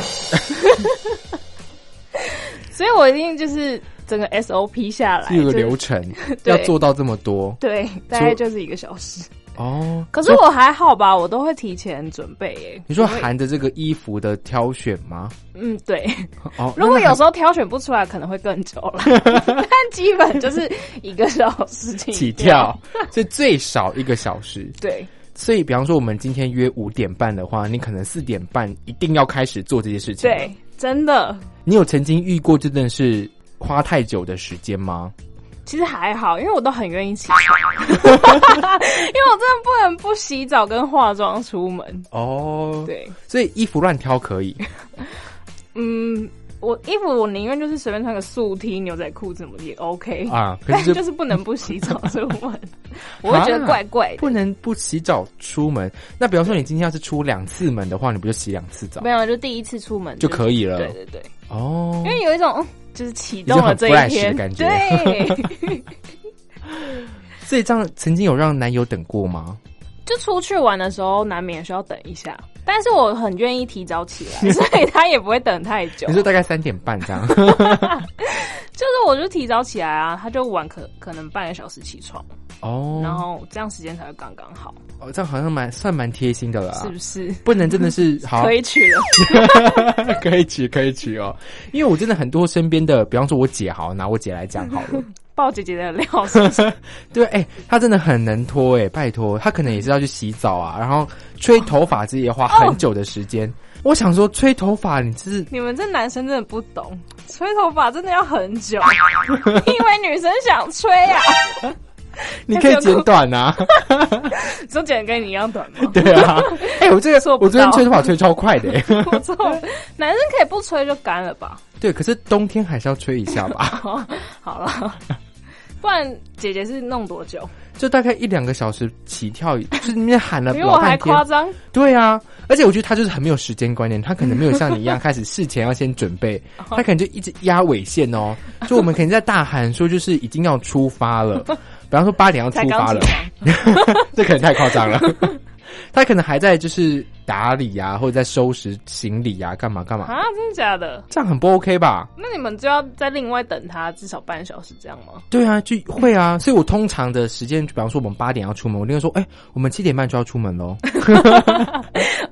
Speaker 8: 所以我一定就是整个 SOP 下来，
Speaker 1: 这个
Speaker 8: 哎就是 <laughs>
Speaker 1: 流程
Speaker 8: 对
Speaker 1: 要做到这么多
Speaker 8: 对，大概就是一个小时。
Speaker 1: 哦。
Speaker 8: 可是我还好吧，我都会提前准备耶。
Speaker 1: 你说
Speaker 8: 我会
Speaker 1: 含着这个衣服的挑选吗？
Speaker 8: 嗯，
Speaker 1: <laughs>
Speaker 8: 对。
Speaker 1: 哦，
Speaker 8: 如果有时候挑选不出来，可能会更
Speaker 1: <laughs>
Speaker 8: 久了，但基本就是一个小时
Speaker 1: 起跳， <laughs> 所以最少一个小时。
Speaker 8: 对，
Speaker 1: 所以，比方说我们今天约五点半的话，你可能四点半一定要开始做这些事情。
Speaker 8: 对，，真的，
Speaker 1: 你有曾经遇过真的是花太久的时间吗？
Speaker 8: 其实还好，因为我都很愿意起床，
Speaker 1: <laughs>
Speaker 8: 因为我真的不能不洗澡跟化妆出门。
Speaker 1: 哦，，
Speaker 8: 对，
Speaker 1: 所以衣服乱挑可以，
Speaker 8: 嗯，我衣服我宁愿就是随便穿个素 T、牛仔裤什么的也 OK <laughs>
Speaker 1: 啊可
Speaker 8: 但
Speaker 1: 是啊
Speaker 8: 就是不能不洗澡出
Speaker 1: <laughs>
Speaker 8: 门，我会觉得怪怪的。
Speaker 1: 不能不洗澡出门。那比方说你今天要是出两次门的话，你不就洗两次澡
Speaker 8: 没有，就第一次出门
Speaker 1: 就可
Speaker 8: 以
Speaker 1: 以了
Speaker 8: 对？对对，
Speaker 1: 哦
Speaker 8: 因，为有一种嗯 <laughs> 就是启动了这一天
Speaker 1: 有一种很 flash 的感觉
Speaker 8: 对， <laughs>
Speaker 1: 所以这样曾经有让男友等过吗？
Speaker 8: 就出去玩的时候难免需要等一下，但是我很愿意提早起
Speaker 1: <laughs>
Speaker 8: 来，所以他也不会等太久。
Speaker 1: 你说大概三点半这样，
Speaker 8: <laughs> 就是我就提早起来啊，他就晚可可能半个小时起床，
Speaker 1: 哦，
Speaker 8: 然后这样时间才会刚刚好，
Speaker 1: 哦，这样好像蛮算蛮贴心的了啊，
Speaker 8: 是不是？
Speaker 1: 不能真的
Speaker 8: <laughs>
Speaker 1: 是好
Speaker 8: 可以取了，
Speaker 1: <laughs> 可以取，可以取哦。因为我真的很多身边的，比方说我姐好，拿我姐来讲好
Speaker 8: <laughs>
Speaker 1: 了。
Speaker 8: 爆姐姐的料
Speaker 1: <laughs>
Speaker 8: 是不是？
Speaker 1: 对，哎、她真的很能拖、哎，拜托，她可能也是要去洗澡啊，然后吹头发，其实也花
Speaker 8: 哦
Speaker 1: 很久的时间。我想说，吹头发，你这是
Speaker 8: 你们这男生真的不懂，吹头发真的要很久，因为女生想吹
Speaker 1: <laughs>
Speaker 8: 啊，
Speaker 1: 你可以剪短啊，
Speaker 8: 说剪得跟你一样短吗？
Speaker 1: <laughs> 对啊。哎、我这个
Speaker 8: 做不到
Speaker 1: 我昨天吹头发吹超快的、哎
Speaker 8: 我这种男生可以不吹就干了吧？
Speaker 1: <laughs> 对，可是冬天还是要吹一下吧， <laughs>
Speaker 8: 好，好了，不然姐姐是弄多
Speaker 1: <laughs>
Speaker 8: 久？
Speaker 1: 就大概一两个小时起跳，就是那边
Speaker 8: <laughs>
Speaker 1: 喊了
Speaker 8: 比我
Speaker 1: 老
Speaker 8: 还
Speaker 1: 半天
Speaker 8: 夸。张，
Speaker 1: 对啊，而且我觉得他就是很没有时间观念，他可能没有像你一样开始事前要先准备，
Speaker 8: 哦
Speaker 1: 他可能就一直压尾线
Speaker 8: <laughs>
Speaker 1: 哦。就我们肯定在大喊说，就是已经要出发
Speaker 8: <laughs>
Speaker 1: 了，比方说八点要
Speaker 8: 才
Speaker 1: 出
Speaker 8: 刚
Speaker 1: 发
Speaker 8: 起
Speaker 1: 了，
Speaker 8: 床。
Speaker 1: <laughs> 这可能太夸张了。 <laughs> 他可能还在就是打理啊，或者在收拾行李啊，干嘛干嘛，
Speaker 8: 啊，真的假的？
Speaker 1: 这样很不 OK 吧？
Speaker 8: 那你们就要再另外等他至少半小时，这样吗？ <laughs>
Speaker 1: 对啊，就会啊，所以我通常的时间，比方说我们八点要出门，我另外说，哎、我们七点半就要出门
Speaker 8: <laughs>
Speaker 1: 喽，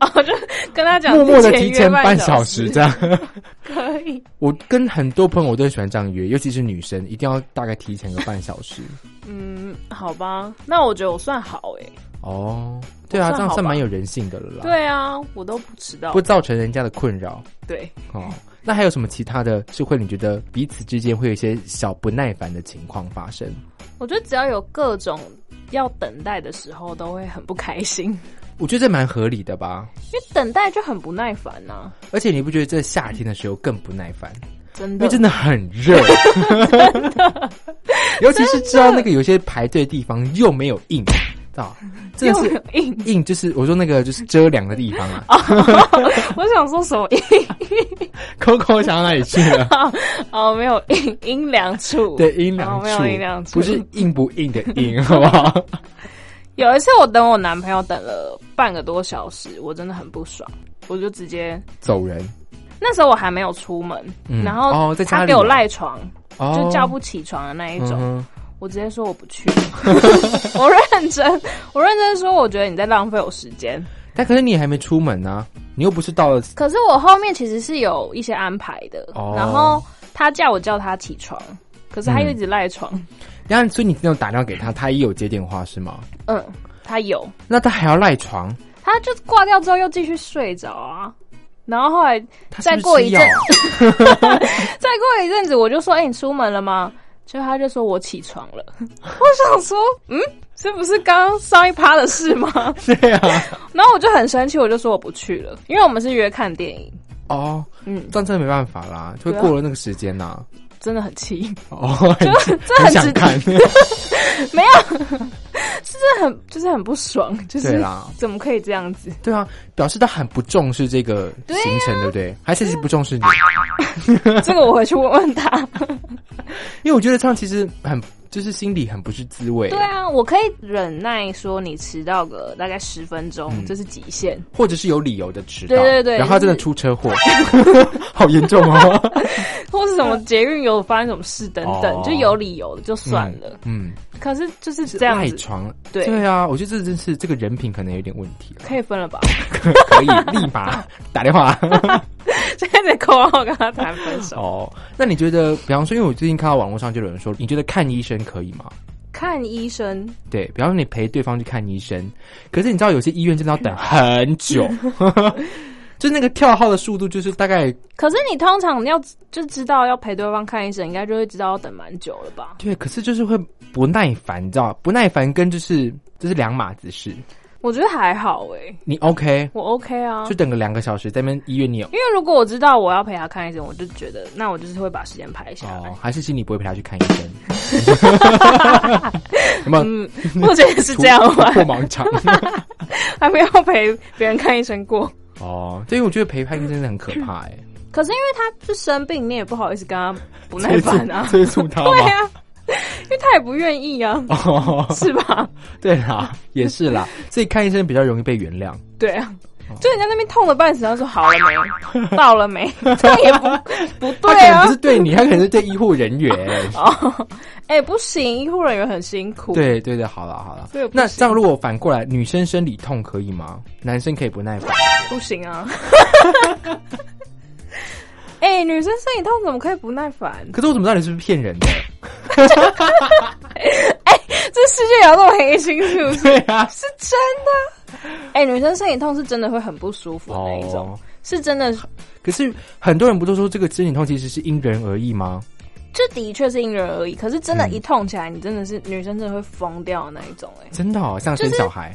Speaker 8: 哦，就跟他讲，
Speaker 1: 默默的提
Speaker 8: 提
Speaker 1: 前
Speaker 8: 前约
Speaker 1: 半
Speaker 8: 半
Speaker 1: 小时
Speaker 8: 时，
Speaker 1: 这样。
Speaker 8: <laughs> 可以。
Speaker 1: <laughs> 我跟很多朋友都很喜欢这样约，尤其是女生，一定要大概提前个半小
Speaker 8: <laughs>
Speaker 1: 时。
Speaker 8: 嗯，好吧，那我觉得我算好诶、
Speaker 1: 哦，对啊，
Speaker 8: 算
Speaker 1: 这样
Speaker 8: 好
Speaker 1: 算
Speaker 8: 吧
Speaker 1: 蛮有人性的了啦，，
Speaker 8: 对啊，我都不迟到
Speaker 1: 不。造成人家的困扰。
Speaker 8: 对，
Speaker 1: 哦，那还有什么其他的是会你觉得彼此之间会有一些小不耐烦的情况发生？
Speaker 8: 我觉得只要有各种要等待的时候，都会很不开
Speaker 1: <laughs>
Speaker 8: 心，因
Speaker 1: 我觉得这蛮合理的吧，
Speaker 8: 为等待就很不耐烦啊呐、
Speaker 1: 而且你不觉得这夏天的时候更不耐烦，
Speaker 8: 真
Speaker 1: 因
Speaker 8: 的
Speaker 1: 为真的很热，尤其是知道那个有些排队的地方又没有印，啊，
Speaker 8: <laughs>
Speaker 1: 真的
Speaker 8: 又没
Speaker 1: 是
Speaker 8: 有硬。哦
Speaker 1: 印就是我说那个就是遮凉的地方啊，
Speaker 8: <laughs> <laughs> 我想说什么硬？
Speaker 1: Coco 想到哪里去了？
Speaker 8: 哦，没有 <laughs> 硬，阴凉处。
Speaker 1: <laughs> 对，阴凉
Speaker 8: 哦没
Speaker 1: 处，
Speaker 8: 有阴凉处
Speaker 1: 不是硬不硬的硬，好不
Speaker 8: <laughs>
Speaker 1: 好？
Speaker 8: 有一次我等我男朋友等了半个多小时，我真的很不爽，我就直接
Speaker 1: 走人，
Speaker 8: 那时候我还没有出门，
Speaker 1: 嗯
Speaker 8: 然后
Speaker 1: 哦在家
Speaker 8: 他
Speaker 1: 里
Speaker 8: 给我
Speaker 1: 哦
Speaker 8: 赖床，
Speaker 1: 哦
Speaker 8: 就叫不起床的那一种。
Speaker 1: 嗯哼
Speaker 8: 我直接说我不
Speaker 1: <laughs>
Speaker 8: 去， <laughs> 我认真，我认真说，我觉得你在浪费我时间。
Speaker 1: 但可是你还没出门啊，你又不是到了
Speaker 8: 可是我后面其实是有一些安排的，
Speaker 1: 哦
Speaker 8: 然后他叫我叫他起床，可是他又一直赖床，
Speaker 1: 然后，所以你那种打电话给他，他也有接电话是吗？
Speaker 8: 嗯他有，
Speaker 1: 那他还要赖床，
Speaker 8: 他就挂掉之后又继续睡着啊。然后后来
Speaker 1: 他是
Speaker 8: 再
Speaker 1: 不是
Speaker 8: 过一
Speaker 1: 吃药
Speaker 8: 阵，再过一阵子，我就说：“哎、你出门了吗？”就他就说我起床了。 <laughs> 我想说，嗯，这不是刚刚上一趴的事吗？
Speaker 1: 对啊，
Speaker 8: <laughs> 然后我就很生气，我就说我不去了，因为我们是约看电影。
Speaker 1: 哦，
Speaker 8: 嗯，
Speaker 1: 这样真的没办法啦，就会
Speaker 8: 对啊
Speaker 1: 过了那个时间呐、
Speaker 8: <laughs> 真的很气，
Speaker 1: 哦，很
Speaker 8: 这
Speaker 1: 很
Speaker 8: 很
Speaker 1: 想
Speaker 8: 值 <laughs>
Speaker 1: 看，
Speaker 8: 这很就是很不爽，就
Speaker 1: 对啊
Speaker 8: 是
Speaker 1: 啦，
Speaker 8: 怎么可以这样子？
Speaker 1: 对啊，表示他很不重视这个
Speaker 8: 啊
Speaker 1: 行程，对不对？还是其实不重视你？
Speaker 8: 这个我回去问问他。
Speaker 1: 因为我觉得这样其实很，就是心里很不是滋味，
Speaker 8: <laughs> 对啊，我可以忍耐说你迟到个大概十分钟，
Speaker 1: 嗯
Speaker 8: 这是极限。
Speaker 1: 或者是有理由的迟到，
Speaker 8: 对对对
Speaker 1: 然后他真的
Speaker 8: 就是
Speaker 1: 出车祸，好严重
Speaker 8: <laughs>
Speaker 1: 哦，
Speaker 8: 或是什么捷运有发生什么事等等，
Speaker 1: 哦
Speaker 8: 就有理由的就算了。
Speaker 1: 嗯，
Speaker 8: 可是就是这样
Speaker 1: 赖
Speaker 8: 子，
Speaker 1: 床，
Speaker 8: 对
Speaker 1: 对啊，我觉得这真是这个人品可能有点问题了，
Speaker 8: 可以分了吧？
Speaker 1: 可可以立马 <laughs> 打电
Speaker 8: <laughs>
Speaker 1: 话。
Speaker 8: 现在在口号跟他谈分手。
Speaker 1: 哦，那你觉得，比方说，因为我最近看到网络上就有人说，你觉得看医生可以吗？
Speaker 8: 看医生，
Speaker 1: 对，比方说你陪对方去看医生，可是你知道有些医院真的要等很
Speaker 8: <laughs>
Speaker 1: 久，就那个跳号的速度就是大概
Speaker 8: 可是你通常要就知道要陪对方看医生，应该就会知道要等蛮久了吧？
Speaker 1: 对，可是就是会不耐烦，你知道，不耐烦跟就是就是两码子事。
Speaker 8: 我觉得还好诶、
Speaker 1: 你 OK
Speaker 8: 我 OK 啊
Speaker 1: 就。等个两个小时，在那边医院你有
Speaker 8: 因为如果我知道我要陪他看医生，我就觉得那我就是会把时间排下来
Speaker 1: 哦。，还是心里不会陪他去看医
Speaker 8: <laughs>
Speaker 1: 生？有没有
Speaker 8: 嗯，我觉得是
Speaker 1: 突
Speaker 8: 这样
Speaker 1: 突
Speaker 8: 吧，
Speaker 1: 破盲
Speaker 8: <laughs>
Speaker 1: 肠？
Speaker 8: 还没有陪别人看医生过。
Speaker 1: 哦，对，因为我觉得陪看医生真的很可怕哎、。
Speaker 8: 可是因为他是生病，你也不好意思跟他不耐烦啊
Speaker 1: 催促他
Speaker 8: 对
Speaker 1: 吗？
Speaker 8: 啊，因为他也不愿意啊，
Speaker 1: 哦，
Speaker 8: 是吧？
Speaker 1: 对啦，也是啦，所以看医生比较容易被原谅。
Speaker 8: 对啊，就人家那边痛的半死，他说好了没， <laughs> 到了没，这样也不不
Speaker 1: 他可
Speaker 8: 对
Speaker 1: 能
Speaker 8: 啊
Speaker 1: 不是。对你，他可能是对医护人员。
Speaker 8: <laughs> 哦，哎，不行，医护人员很辛苦。，
Speaker 1: 对对对，好了好了
Speaker 8: 这个。不行
Speaker 1: 那这样如果反过来，女生生理痛可以吗？男生可以不耐烦？
Speaker 8: 不行啊。 <laughs> 哎、女生生理痛怎么可以不耐烦？
Speaker 1: 可是我怎么知道你是不是骗人
Speaker 8: <laughs>
Speaker 1: 的？
Speaker 8: 这世界有这么黑心是不是？
Speaker 1: 对啊，
Speaker 8: 是真的。 <laughs> 哎、女生生理痛是真的会很不舒服的那一种，
Speaker 1: 哦。
Speaker 8: 是真的，
Speaker 1: 可是很多人不都说这个生理痛其实是因人而异吗？
Speaker 8: 这的确是因人而异。可是真的，
Speaker 1: 嗯
Speaker 8: 一痛起来，你真的是女生真的会疯掉的那一种、哎，
Speaker 1: 真的哦，像生小孩，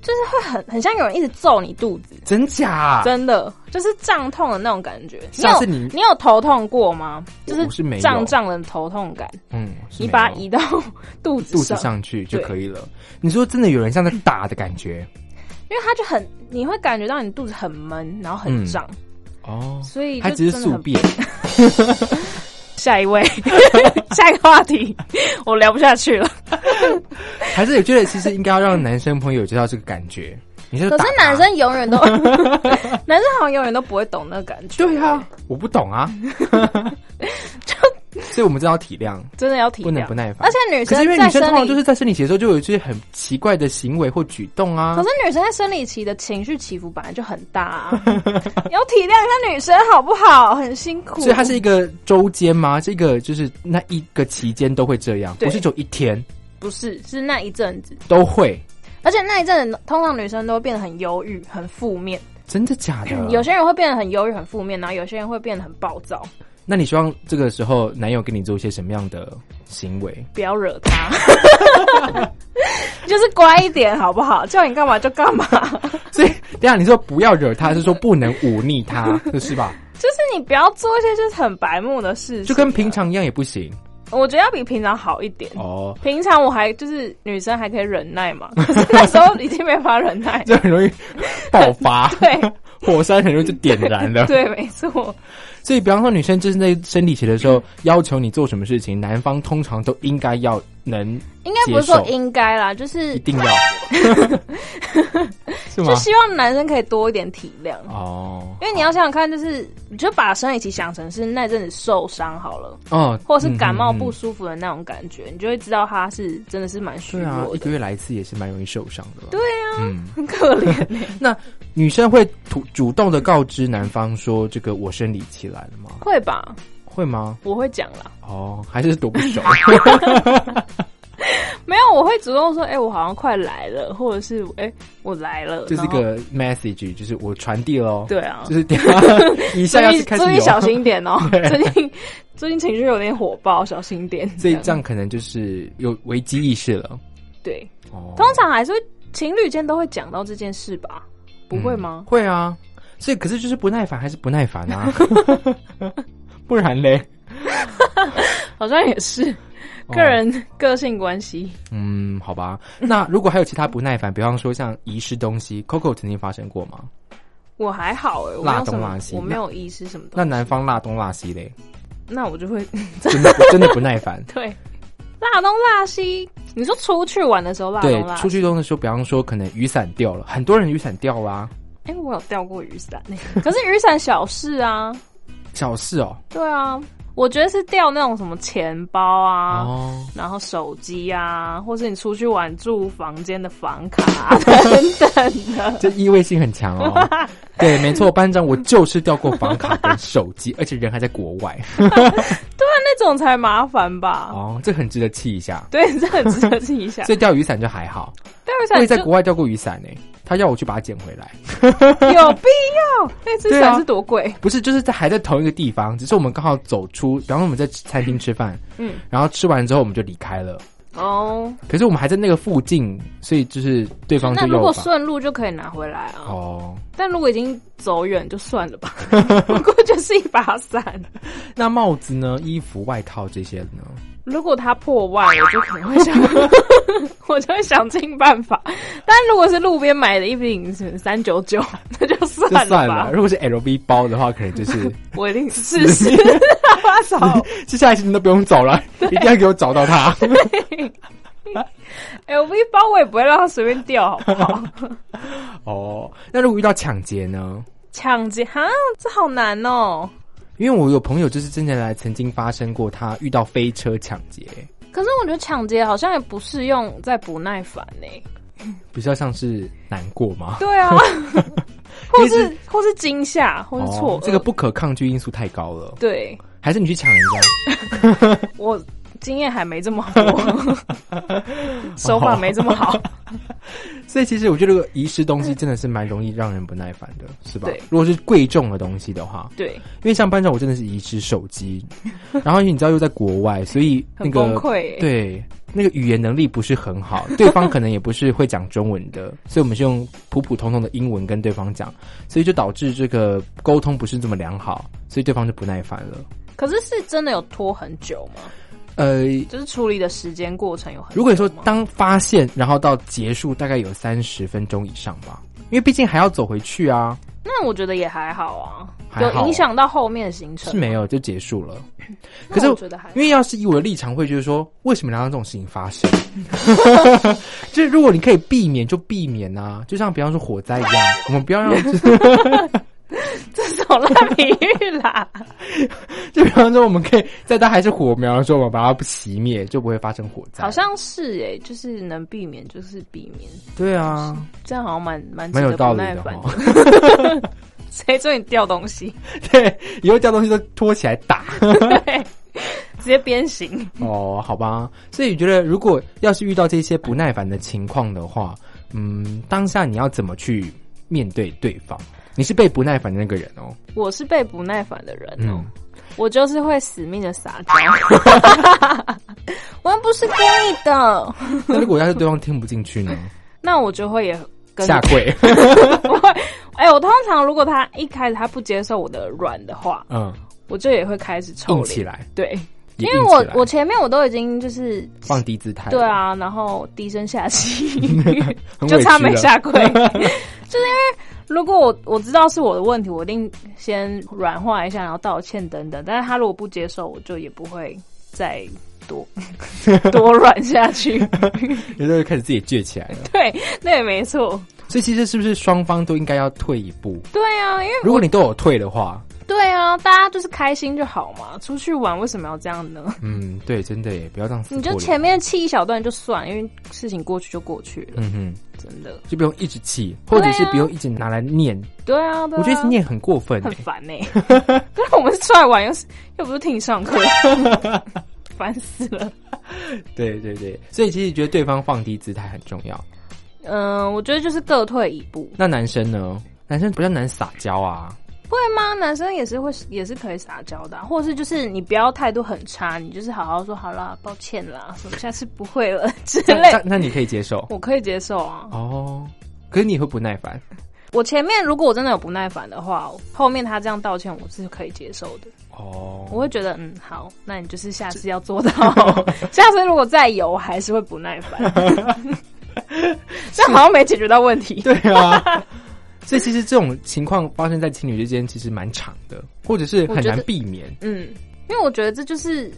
Speaker 8: 就是会很很像有人一直揍你肚子，
Speaker 1: 真假？
Speaker 8: 真的就是胀痛的那种感觉。你
Speaker 1: 下
Speaker 8: 有
Speaker 1: 次你
Speaker 8: 你有头痛过吗？就
Speaker 1: 我是没
Speaker 8: 是
Speaker 1: 有
Speaker 8: 胀胀的头痛感，
Speaker 1: 嗯，是
Speaker 8: 你
Speaker 1: 没
Speaker 8: 把它
Speaker 1: 有
Speaker 8: 移到肚子
Speaker 1: 肚子
Speaker 8: 上，
Speaker 1: 上去就
Speaker 8: 对
Speaker 1: 可以了。你说真的有人像在打的感觉
Speaker 8: 因为它就很，你会感觉到你肚子很闷，然后很
Speaker 1: 嗯
Speaker 8: 胀，
Speaker 1: 哦，
Speaker 8: 所以就
Speaker 1: 他只是
Speaker 8: 真的
Speaker 1: 宿
Speaker 8: 很
Speaker 1: 便。
Speaker 8: 下
Speaker 1: <laughs>
Speaker 8: 一位，下一个话题，我聊不下去了。
Speaker 1: 还是也觉得其实应该要让男生朋友知道这个感觉。你就
Speaker 8: 可
Speaker 1: 打
Speaker 8: 是
Speaker 1: 他
Speaker 8: 男生永远都，男生好像永远都不会懂那个感觉。
Speaker 1: 对啊，我不懂
Speaker 8: <laughs>
Speaker 1: 啊，所以我们真的要体谅，
Speaker 8: 真的要体
Speaker 1: 不能
Speaker 8: 谅
Speaker 1: 不。耐烦
Speaker 8: 而。且女
Speaker 1: 可是
Speaker 8: 生
Speaker 1: 因为
Speaker 8: 在
Speaker 1: 女生通
Speaker 8: 生
Speaker 1: 常
Speaker 8: 理，
Speaker 1: 就是在生理期的时候就有一些很奇怪的行为或举动啊
Speaker 8: 可。是女生在生理期的情绪起伏本来就很大、啊， <laughs> 要体谅一下女生好不好？很辛苦。
Speaker 1: 所以它是一个周间吗？这个就是那一个期间都会这样，
Speaker 8: 对
Speaker 1: 不是只有一天
Speaker 8: 不是是那一阵子，
Speaker 1: 都会，
Speaker 8: 而且那一阵子通常女生都会变得很忧郁、很负面。
Speaker 1: 真的假的？
Speaker 8: <clears throat> 有些人会变得很忧郁、很负面，然后有些人会变得很暴躁。
Speaker 1: 那你希望这个时候男友跟你做一些什么样的行为？
Speaker 8: 不要惹他， <laughs> 就是乖一点好不好？叫你干嘛就干嘛， <laughs>
Speaker 1: 所以，这样你说不要惹他，是说不能忤逆
Speaker 8: <laughs>
Speaker 1: 他，是吧？
Speaker 8: 就是你不要做一些就是很白目的事情，啊
Speaker 1: 就跟平，常一样也不行
Speaker 8: 我觉得要比平常好一点。 <laughs>
Speaker 1: 哦。
Speaker 8: 平常我还就是女生还可以忍耐
Speaker 1: <laughs>
Speaker 8: 嘛，可是那时候已经没法忍耐。
Speaker 1: 就很容易爆发，
Speaker 8: 对，
Speaker 1: 火山很容易就点燃了。
Speaker 8: 对，没错，
Speaker 1: 所以，比方说女生就是在生理期的时候要求你做什么事情，男方通常都应该要能
Speaker 8: 应该不是说应该啦，就是
Speaker 1: 一定
Speaker 8: <laughs>
Speaker 1: 要，是吗
Speaker 8: 就？希望男生可以多一点体谅。
Speaker 1: 哦
Speaker 8: 因为你要想想看，就是你就把生理期想成是那阵子受伤好了，
Speaker 1: 哦，
Speaker 8: 或是感冒不
Speaker 1: 嗯嗯嗯
Speaker 8: 舒服的那种感觉，你就会知道他是真的是蛮虚
Speaker 1: 嗯对啊，
Speaker 8: 弱
Speaker 1: 一
Speaker 8: 的
Speaker 1: 个，月来一次也是蛮容易受伤的。
Speaker 8: 对
Speaker 1: 啊，嗯，
Speaker 8: 很可
Speaker 1: <laughs>
Speaker 8: 怜欸
Speaker 1: 女生会主主动的告知男方说这个我生理期来了吗？
Speaker 8: 会吧？
Speaker 1: 会吗？
Speaker 8: 我会讲啦，
Speaker 1: 哦，还是躲不
Speaker 8: <laughs>
Speaker 1: 熟。
Speaker 8: 没有，我会主动说，哎、我好像快来了，或者是哎、我来了，
Speaker 1: 这是一
Speaker 8: 然后
Speaker 1: 个 message，就是我传递喽。，
Speaker 8: 对啊，
Speaker 1: 就是
Speaker 8: <laughs>
Speaker 1: 一下
Speaker 8: 注
Speaker 1: 要
Speaker 8: 意
Speaker 1: 是开始
Speaker 8: 注意
Speaker 1: 有
Speaker 8: 小心一点
Speaker 1: <laughs>
Speaker 8: 哦，最近最近情绪有点火爆，小心一点。
Speaker 1: 所以
Speaker 8: 样
Speaker 1: 这样可能就是有危机意识了。
Speaker 8: 对，
Speaker 1: 哦，
Speaker 8: 通常还是会情侣间都会讲到这件事吧？不会吗
Speaker 1: 嗯？会啊，所以可是就是不耐烦还是不耐烦
Speaker 8: <laughs>
Speaker 1: 啊，不然嘞，
Speaker 8: 好像也是
Speaker 1: 哦
Speaker 8: 个人个性关系。
Speaker 1: 嗯，好吧。那如果还有其他不耐烦，比方说像遗失东西，Coco 曾经发生过吗？
Speaker 8: 我还好哎、我没
Speaker 1: 辣
Speaker 8: 有什
Speaker 1: 东
Speaker 8: 么
Speaker 1: 辣，西
Speaker 8: 我没有遗失什么东
Speaker 1: 那
Speaker 8: 西。
Speaker 1: 男方辣东辣西嘞，
Speaker 8: 那我就会。
Speaker 1: 真的不真的不耐烦
Speaker 8: 对辣东辣西。你说出去玩的时候 <laughs> 辣
Speaker 1: 对
Speaker 8: 东辣，西，
Speaker 1: 出去用的时候，比方说可能雨伞掉了，很多人雨伞掉啦、
Speaker 8: 哎、我有掉过雨伞， <laughs> 可是雨伞小事啊。
Speaker 1: 小事哦。
Speaker 8: 对啊，我觉得是掉那种什么钱包啊，
Speaker 1: 哦，
Speaker 8: 然后手机啊，或是你出去玩住房间的房卡、啊、 <laughs> 等等的。
Speaker 1: 这意味性很强哦。
Speaker 8: <laughs>
Speaker 1: 对，没错，班长，我就是掉过房卡跟手机，而且人还在国外。
Speaker 8: 那种才麻烦吧？
Speaker 1: 哦，这很值得气一下。
Speaker 8: 对，这很值得记一下。
Speaker 1: 所以掉雨伞就还好，
Speaker 8: 戴雨
Speaker 1: 我也
Speaker 8: 伞
Speaker 1: 在
Speaker 8: 就
Speaker 1: 国外掉过雨伞呢、他要我去把它捡回来，
Speaker 8: 有必要？那只
Speaker 1: 啊
Speaker 8: 伞是多贵？
Speaker 1: 不是，就是在还在同一个地方，只是我们刚好走出，然后我们在餐厅吃饭，
Speaker 8: 嗯，
Speaker 1: 然后吃完之后我们就离开了。
Speaker 8: 哦，
Speaker 1: 可是我们还在那个附近，所以就是对方
Speaker 8: 那
Speaker 1: 就
Speaker 8: 如
Speaker 1: 要
Speaker 8: 果
Speaker 1: 我
Speaker 8: 顺路就可以拿回来啊。
Speaker 1: 哦，
Speaker 8: 但如果已经走远，就算
Speaker 1: <laughs>
Speaker 8: 了吧。不过就是一把伞。
Speaker 1: 那帽子呢？衣服、外套这些呢？
Speaker 8: 如果它破万，我就可能会想， <laughs> 我就会想尽办法。但如果是路边买的一瓶三九九，那就算
Speaker 1: 就
Speaker 8: 了吧。
Speaker 1: 算了。如果是 LV 包的话，可能就是 <laughs>
Speaker 8: 我一定试试。 <laughs> 我操！
Speaker 1: 接下来行程都不用走了，一定要给我找到
Speaker 8: <laughs>
Speaker 1: 它。
Speaker 8: LV 包我也不会让它随便掉，好不好？
Speaker 1: 哦，那如果遇到抢劫呢？
Speaker 8: 抢劫哈，这好难哦。
Speaker 1: 因为我有朋友就是之前来曾经发生过，他遇到飞车抢劫，
Speaker 8: 可是我觉得抢劫好像也不适用在不耐烦欸呢、
Speaker 1: 比较像是难过吗？
Speaker 8: 对
Speaker 1: <laughs>
Speaker 8: 啊，
Speaker 1: 因
Speaker 8: 或
Speaker 1: 为
Speaker 8: 是或是惊吓，或是错、
Speaker 1: 哦，这个，不可抗拒因素太高了，
Speaker 8: 对
Speaker 1: 还是你去抢人家？
Speaker 8: 我经验还没这么
Speaker 1: <laughs>
Speaker 8: 多，手法没这么好。
Speaker 1: 哦所以其实我觉得这个遗失东西真的是蛮容易让人不耐烦的，是吧
Speaker 8: 对？
Speaker 1: 如果是贵重的东西的话， <laughs>
Speaker 8: 对，
Speaker 1: 因为像班长我真的是遗失手
Speaker 8: <laughs>
Speaker 1: 机，然后因为你知道又在国外，所以那
Speaker 8: 很
Speaker 1: 个
Speaker 8: 崩溃欸
Speaker 1: 对。那个语言能力不是很好， <laughs> 对方可能也不是会讲中文的，所以我们是用普普通通的英文跟对方讲，所以就导致这个沟通不是这么良好，所以对方就不耐烦了。
Speaker 8: 可是是真的有拖很久吗？
Speaker 1: 呃，
Speaker 8: 就是处理的时间过程有很久吗
Speaker 1: 如果说当发现，然后到结束大概有三十分钟以上吧，因为毕竟还要走回去啊，
Speaker 8: 那我觉得也还好啊，
Speaker 1: 还好
Speaker 8: 有影响到后面的行程
Speaker 1: 是
Speaker 8: 吗
Speaker 1: 没有就结束了。
Speaker 8: 那
Speaker 1: 可是
Speaker 8: 我觉得还好
Speaker 1: 因为要是以我的立场，会觉得说，为什么要让这种事情发
Speaker 8: <laughs>
Speaker 1: 生？就是如果你可以避免，就避免啊，就像比方说火灾一样，我们不要让，
Speaker 8: <laughs> 这种烂比喻
Speaker 1: <laughs>
Speaker 8: 啦。
Speaker 1: 就比方说我们可以在它还是火苗的时候，我们把它熄灭，就不会发生火灾。
Speaker 8: 好像是哎、就是能避免就是避免，
Speaker 1: 对啊，
Speaker 8: 这样好像蛮蛮值
Speaker 1: 蛮有
Speaker 8: 得
Speaker 1: 道
Speaker 8: 不
Speaker 1: 理
Speaker 8: 耐
Speaker 1: 的
Speaker 8: 烦
Speaker 1: 哦。
Speaker 8: 的。 <laughs> 谁准你掉东西？
Speaker 1: <laughs> 对，以后掉东西都拖起来打。
Speaker 8: 对，直接鞭刑。
Speaker 1: 哦，好吧，所以你觉得如果要是遇到这些不耐烦的情况的话，嗯，当下你要怎么去面对对方？你是被不耐烦的那个人哦，
Speaker 8: 我是被不耐烦的人哦、
Speaker 1: 嗯，
Speaker 8: 我就是会死命的撒
Speaker 1: <laughs>
Speaker 8: 娇，我又不是故意的，
Speaker 1: 那如果要是对方听不进去呢？
Speaker 8: 那我就会也 <laughs> 跟
Speaker 1: 下
Speaker 8: <laughs>
Speaker 1: 跪，
Speaker 8: 我会。哎、我通常如果他一开始他不接受我的软的话，
Speaker 1: 嗯，
Speaker 8: 我就也会开始臭
Speaker 1: 硬
Speaker 8: 脸。
Speaker 1: 起来，
Speaker 8: 对，
Speaker 1: 也
Speaker 8: 因为
Speaker 1: 硬
Speaker 8: 我
Speaker 1: 起来
Speaker 8: 我前面我都已经就是
Speaker 1: 放低姿态，
Speaker 8: 对，啊，然后低声下气
Speaker 1: <laughs> 很，
Speaker 8: 就
Speaker 1: 委
Speaker 8: 差
Speaker 1: 屈
Speaker 8: 没
Speaker 1: 了
Speaker 8: 下
Speaker 1: <laughs>
Speaker 8: 跪。就是因为如果我我知道是我的问题，我一定先软化一下，然后道歉等等。但是他如果不接受，我就也不会再多 <laughs> 多软下去。
Speaker 1: 有时候就开始自己倔起来了。
Speaker 8: <laughs> 对，那也没错。
Speaker 1: 所以其实是不是双方都应该要退一步？
Speaker 8: 对啊，因为
Speaker 1: 如果你都有退的话，
Speaker 8: 对啊，大家就是开心就好嘛。出去玩为什么要这样呢？ <laughs>
Speaker 1: 嗯，对，真的耶，不要这样死
Speaker 8: 你就
Speaker 1: 拖
Speaker 8: 前
Speaker 1: 累，
Speaker 8: 面气一小段就算，因为事情过去就过去了，
Speaker 1: 嗯哼，
Speaker 8: 真的。
Speaker 1: 就不用一直气，或者
Speaker 8: 啊
Speaker 1: 是不用一直拿来念。
Speaker 8: 对啊，
Speaker 1: 我
Speaker 8: 对啊
Speaker 1: 觉得一直念很过分耶
Speaker 8: 很，烦呢、欸。 <laughs> 但是我们是出来玩，又是又不是听你
Speaker 1: <laughs>
Speaker 8: 上课，烦死了。
Speaker 1: <laughs> 对对对，所以其实觉得对方放低姿态很重要。
Speaker 8: 嗯、我觉得就是各退一步，
Speaker 1: 那男生呢？男生比较难撒娇啊，
Speaker 8: 会吗？男生也是会，也是可以撒娇的啊、或者是就是你不要态度很差，你就是好好说好啦，抱歉啦，什么下次不会了 <laughs> 之
Speaker 1: 那
Speaker 8: 类
Speaker 1: 那，那你可以接受
Speaker 8: 我可以接受啊。
Speaker 1: 哦。可是你会不耐烦，
Speaker 8: 我前面如果我真的有不耐烦的话，后面他这样道歉，我是可以接受的。
Speaker 1: 哦
Speaker 8: 我会觉得，嗯，好，那你就是下次要做 <laughs> 到。下次如果再有，我还是会不耐烦。这好像没解决到问题。
Speaker 1: 对啊。 <laughs> 所以其实这种情况发生在情侣之间，其实蛮长的，或者是
Speaker 8: 我
Speaker 1: 很
Speaker 8: 觉
Speaker 1: 难
Speaker 8: 得
Speaker 1: 避免
Speaker 8: 嗯，因为我觉得这就是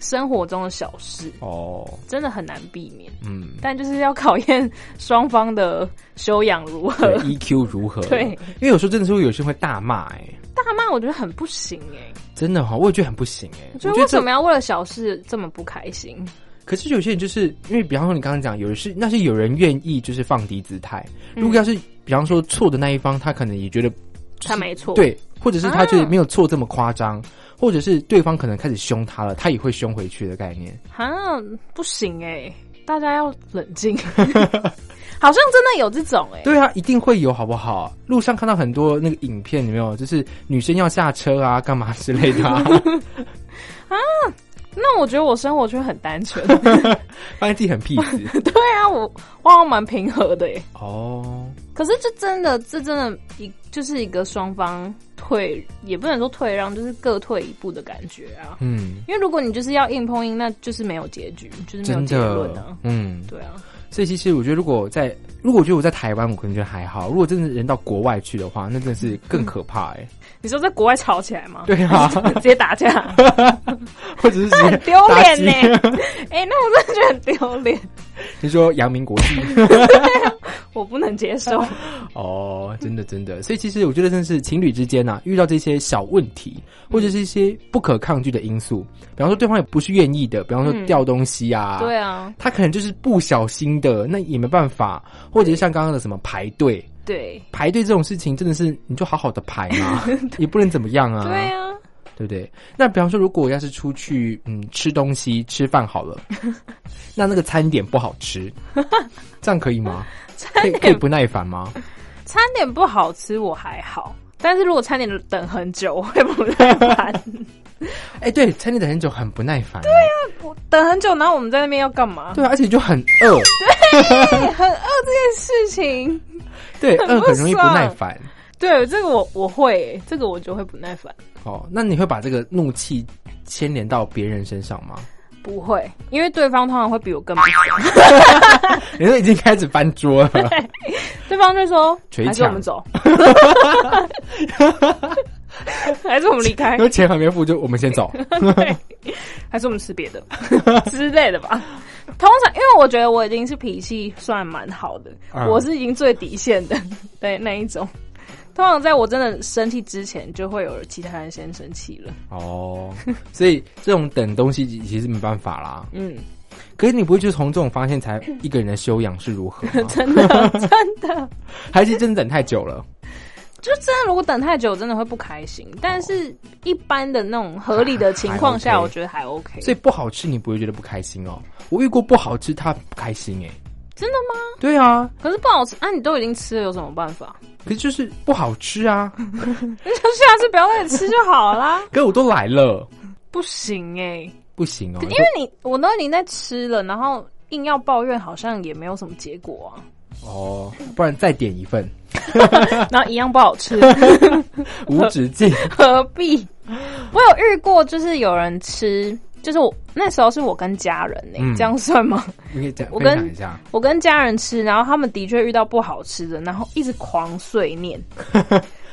Speaker 8: 生活中的小事，
Speaker 1: 哦。
Speaker 8: 真的很难避免。
Speaker 1: 嗯，
Speaker 8: 但就是要考验双方的修养如何
Speaker 1: 对。EQ 如何？
Speaker 8: 对，
Speaker 1: 因为有时候真的是会有些人会大骂、哎，
Speaker 8: 大骂我觉得很不行哎、
Speaker 1: 真的哈、我也觉得很不行哎、
Speaker 8: 我
Speaker 1: 我
Speaker 8: 觉
Speaker 1: 觉
Speaker 8: 得
Speaker 1: 得
Speaker 8: 为
Speaker 1: 这
Speaker 8: 什么要为了小事这么不开心？
Speaker 1: 可是有些人就是因为，比方说你刚刚讲，有的是那是有人愿意就是放低姿态。
Speaker 8: 嗯
Speaker 1: 如果要是比方说错的那一方，他可能也觉得
Speaker 8: 他没错，，
Speaker 1: 对，或者是他
Speaker 8: 啊
Speaker 1: 觉得没有错这么夸张，或者是对方可能开始凶他了，他也会凶回去的概念。
Speaker 8: 啊，不行哎、大家要冷
Speaker 1: <laughs>
Speaker 8: 静。 <laughs> 好像真的有这种哎、
Speaker 1: 对啊，一定会有好不好？路上看到很多那个影片，有没有？就是女生要下车啊，干嘛之类的、
Speaker 8: <laughs>
Speaker 1: 啊，
Speaker 8: 那我觉得我生活圈很单纯， <laughs>
Speaker 1: 发现自己很屁子
Speaker 8: 对啊，我我好像蛮平和的耶。
Speaker 1: 哦。
Speaker 8: 可是这真的，这真的一就是一个双方退，也不能说退让，就是各退一步的感觉啊。
Speaker 1: 嗯，
Speaker 8: 因为如果你就是要硬碰硬，那就是没有结局，就是没
Speaker 1: 真
Speaker 8: 有结论
Speaker 1: 的
Speaker 8: 啊。，
Speaker 1: 嗯。
Speaker 8: 对啊，
Speaker 1: 所以其实我觉得，如果在如果我觉得我在台湾，我可能觉得还好；如果真的人到国外去的话，那真的是更可怕哎、
Speaker 8: 你说在国外吵起来吗？
Speaker 1: 对啊，
Speaker 8: <laughs> 直接打架，
Speaker 1: <laughs> 或者是直
Speaker 8: 嗯 <laughs>
Speaker 1: 接
Speaker 8: 那很丢
Speaker 1: 打
Speaker 8: 脸
Speaker 1: 击
Speaker 8: 呢。 <laughs> 哎、那我真的觉得很丢脸，
Speaker 1: 你说扬名国际。
Speaker 8: 我不能接
Speaker 1: <laughs>
Speaker 8: 受。
Speaker 1: 啊哦，真的真的，所以其实我觉得，真的是情侣之间呐、啊，遇到这些小问题，或者是一些不可抗拒的因素，比方说对方也不是愿意的，比方说
Speaker 8: 嗯
Speaker 1: 掉东西啊，
Speaker 8: 对，啊，
Speaker 1: 他可能就是不小心的，那也没办法，或者是像刚刚的什么排队，
Speaker 8: 对，
Speaker 1: 排队这种事情真的是你就好好的排
Speaker 8: <laughs>
Speaker 1: 嘛，也不能怎么样啊，
Speaker 8: 对啊。
Speaker 1: 对不对？那比方说，如果要是出去嗯吃东西吃饭好
Speaker 8: <laughs>
Speaker 1: 了，那那个餐点不好吃，这样可以吗？可以可以不耐烦吗？
Speaker 8: 餐点不好吃我还好，但是如果餐点等很久，我会不耐 <laughs> 烦。
Speaker 1: 哎、对，餐厅等很久很不耐烦、对
Speaker 8: 啊
Speaker 1: 呀、
Speaker 8: 等很久，然后我们在那边要干嘛？
Speaker 1: 对啊，而且就很饿，
Speaker 8: 对，很饿这件事情，
Speaker 1: 对，
Speaker 8: 很
Speaker 1: 饿
Speaker 8: 不
Speaker 1: 很容易不
Speaker 8: 爽
Speaker 1: 耐烦。
Speaker 8: 对这个我我会欸、这个我就会不耐烦。
Speaker 1: 哦，那你会把这个怒气牵连到别人身上吗？
Speaker 8: 不会，因为对方通常会比我更不爽，
Speaker 1: 你都已经开始翻桌
Speaker 8: <laughs>
Speaker 1: 了，
Speaker 8: 对方就说：“
Speaker 1: 捶
Speaker 8: 还是
Speaker 1: 墙
Speaker 8: 我们 <laughs> 走，还是我们离开
Speaker 1: 因，为钱还没付，就我们先走。
Speaker 8: 还是我们吃别的 <laughs> 之类的吧。”通常，因为我觉得我已经是脾气算蛮好的，
Speaker 1: 嗯
Speaker 8: 我是已经最底线的， <laughs> 对那一种。通常在我真的生气之前，就会有其他人先生气了。
Speaker 1: 哦，所以这种等东西其实没办法啦。
Speaker 8: 嗯，
Speaker 1: 可是你不会就从这种发现才一个人的修养是如何吗？
Speaker 8: <laughs> 真的
Speaker 1: <laughs>
Speaker 8: 真的，
Speaker 1: 还是真的等太久了？
Speaker 8: 就真的如果等太久，真的会不开心。但是一般的那种合理的情况
Speaker 1: 还
Speaker 8: 下，
Speaker 1: 还 OK
Speaker 8: 我觉得还啊 OK。
Speaker 1: 所以不好吃你不会觉得不开心哦。我遇过不好吃他不开心哎、
Speaker 8: 真的吗？
Speaker 1: 对啊，
Speaker 8: 可是不好吃啊，你都已经吃了，有什么办法？
Speaker 1: 可是就是不好吃啊。
Speaker 8: 那就 <laughs> 下次不要再吃就好啦。
Speaker 1: 可是我都来了，
Speaker 8: <laughs> 不行哎、
Speaker 1: 不行哦，
Speaker 8: 因为你我都已经在吃了，然后硬要抱怨，好像也没有什么结果啊。 <laughs>
Speaker 1: 哦，不然再点一份，
Speaker 8: 然后一样不好吃，
Speaker 1: 无止
Speaker 8: <laughs>
Speaker 1: 境。
Speaker 8: 何必？我有遇过，就是有人吃，就是我那时候是我跟家人呢、
Speaker 1: 嗯
Speaker 8: 这样算吗？
Speaker 1: 你可以讲
Speaker 8: 我
Speaker 1: 分
Speaker 8: 跟
Speaker 1: 享一下，
Speaker 8: 我跟家人吃，然后他们的确遇到不好吃的，然后一直狂碎念，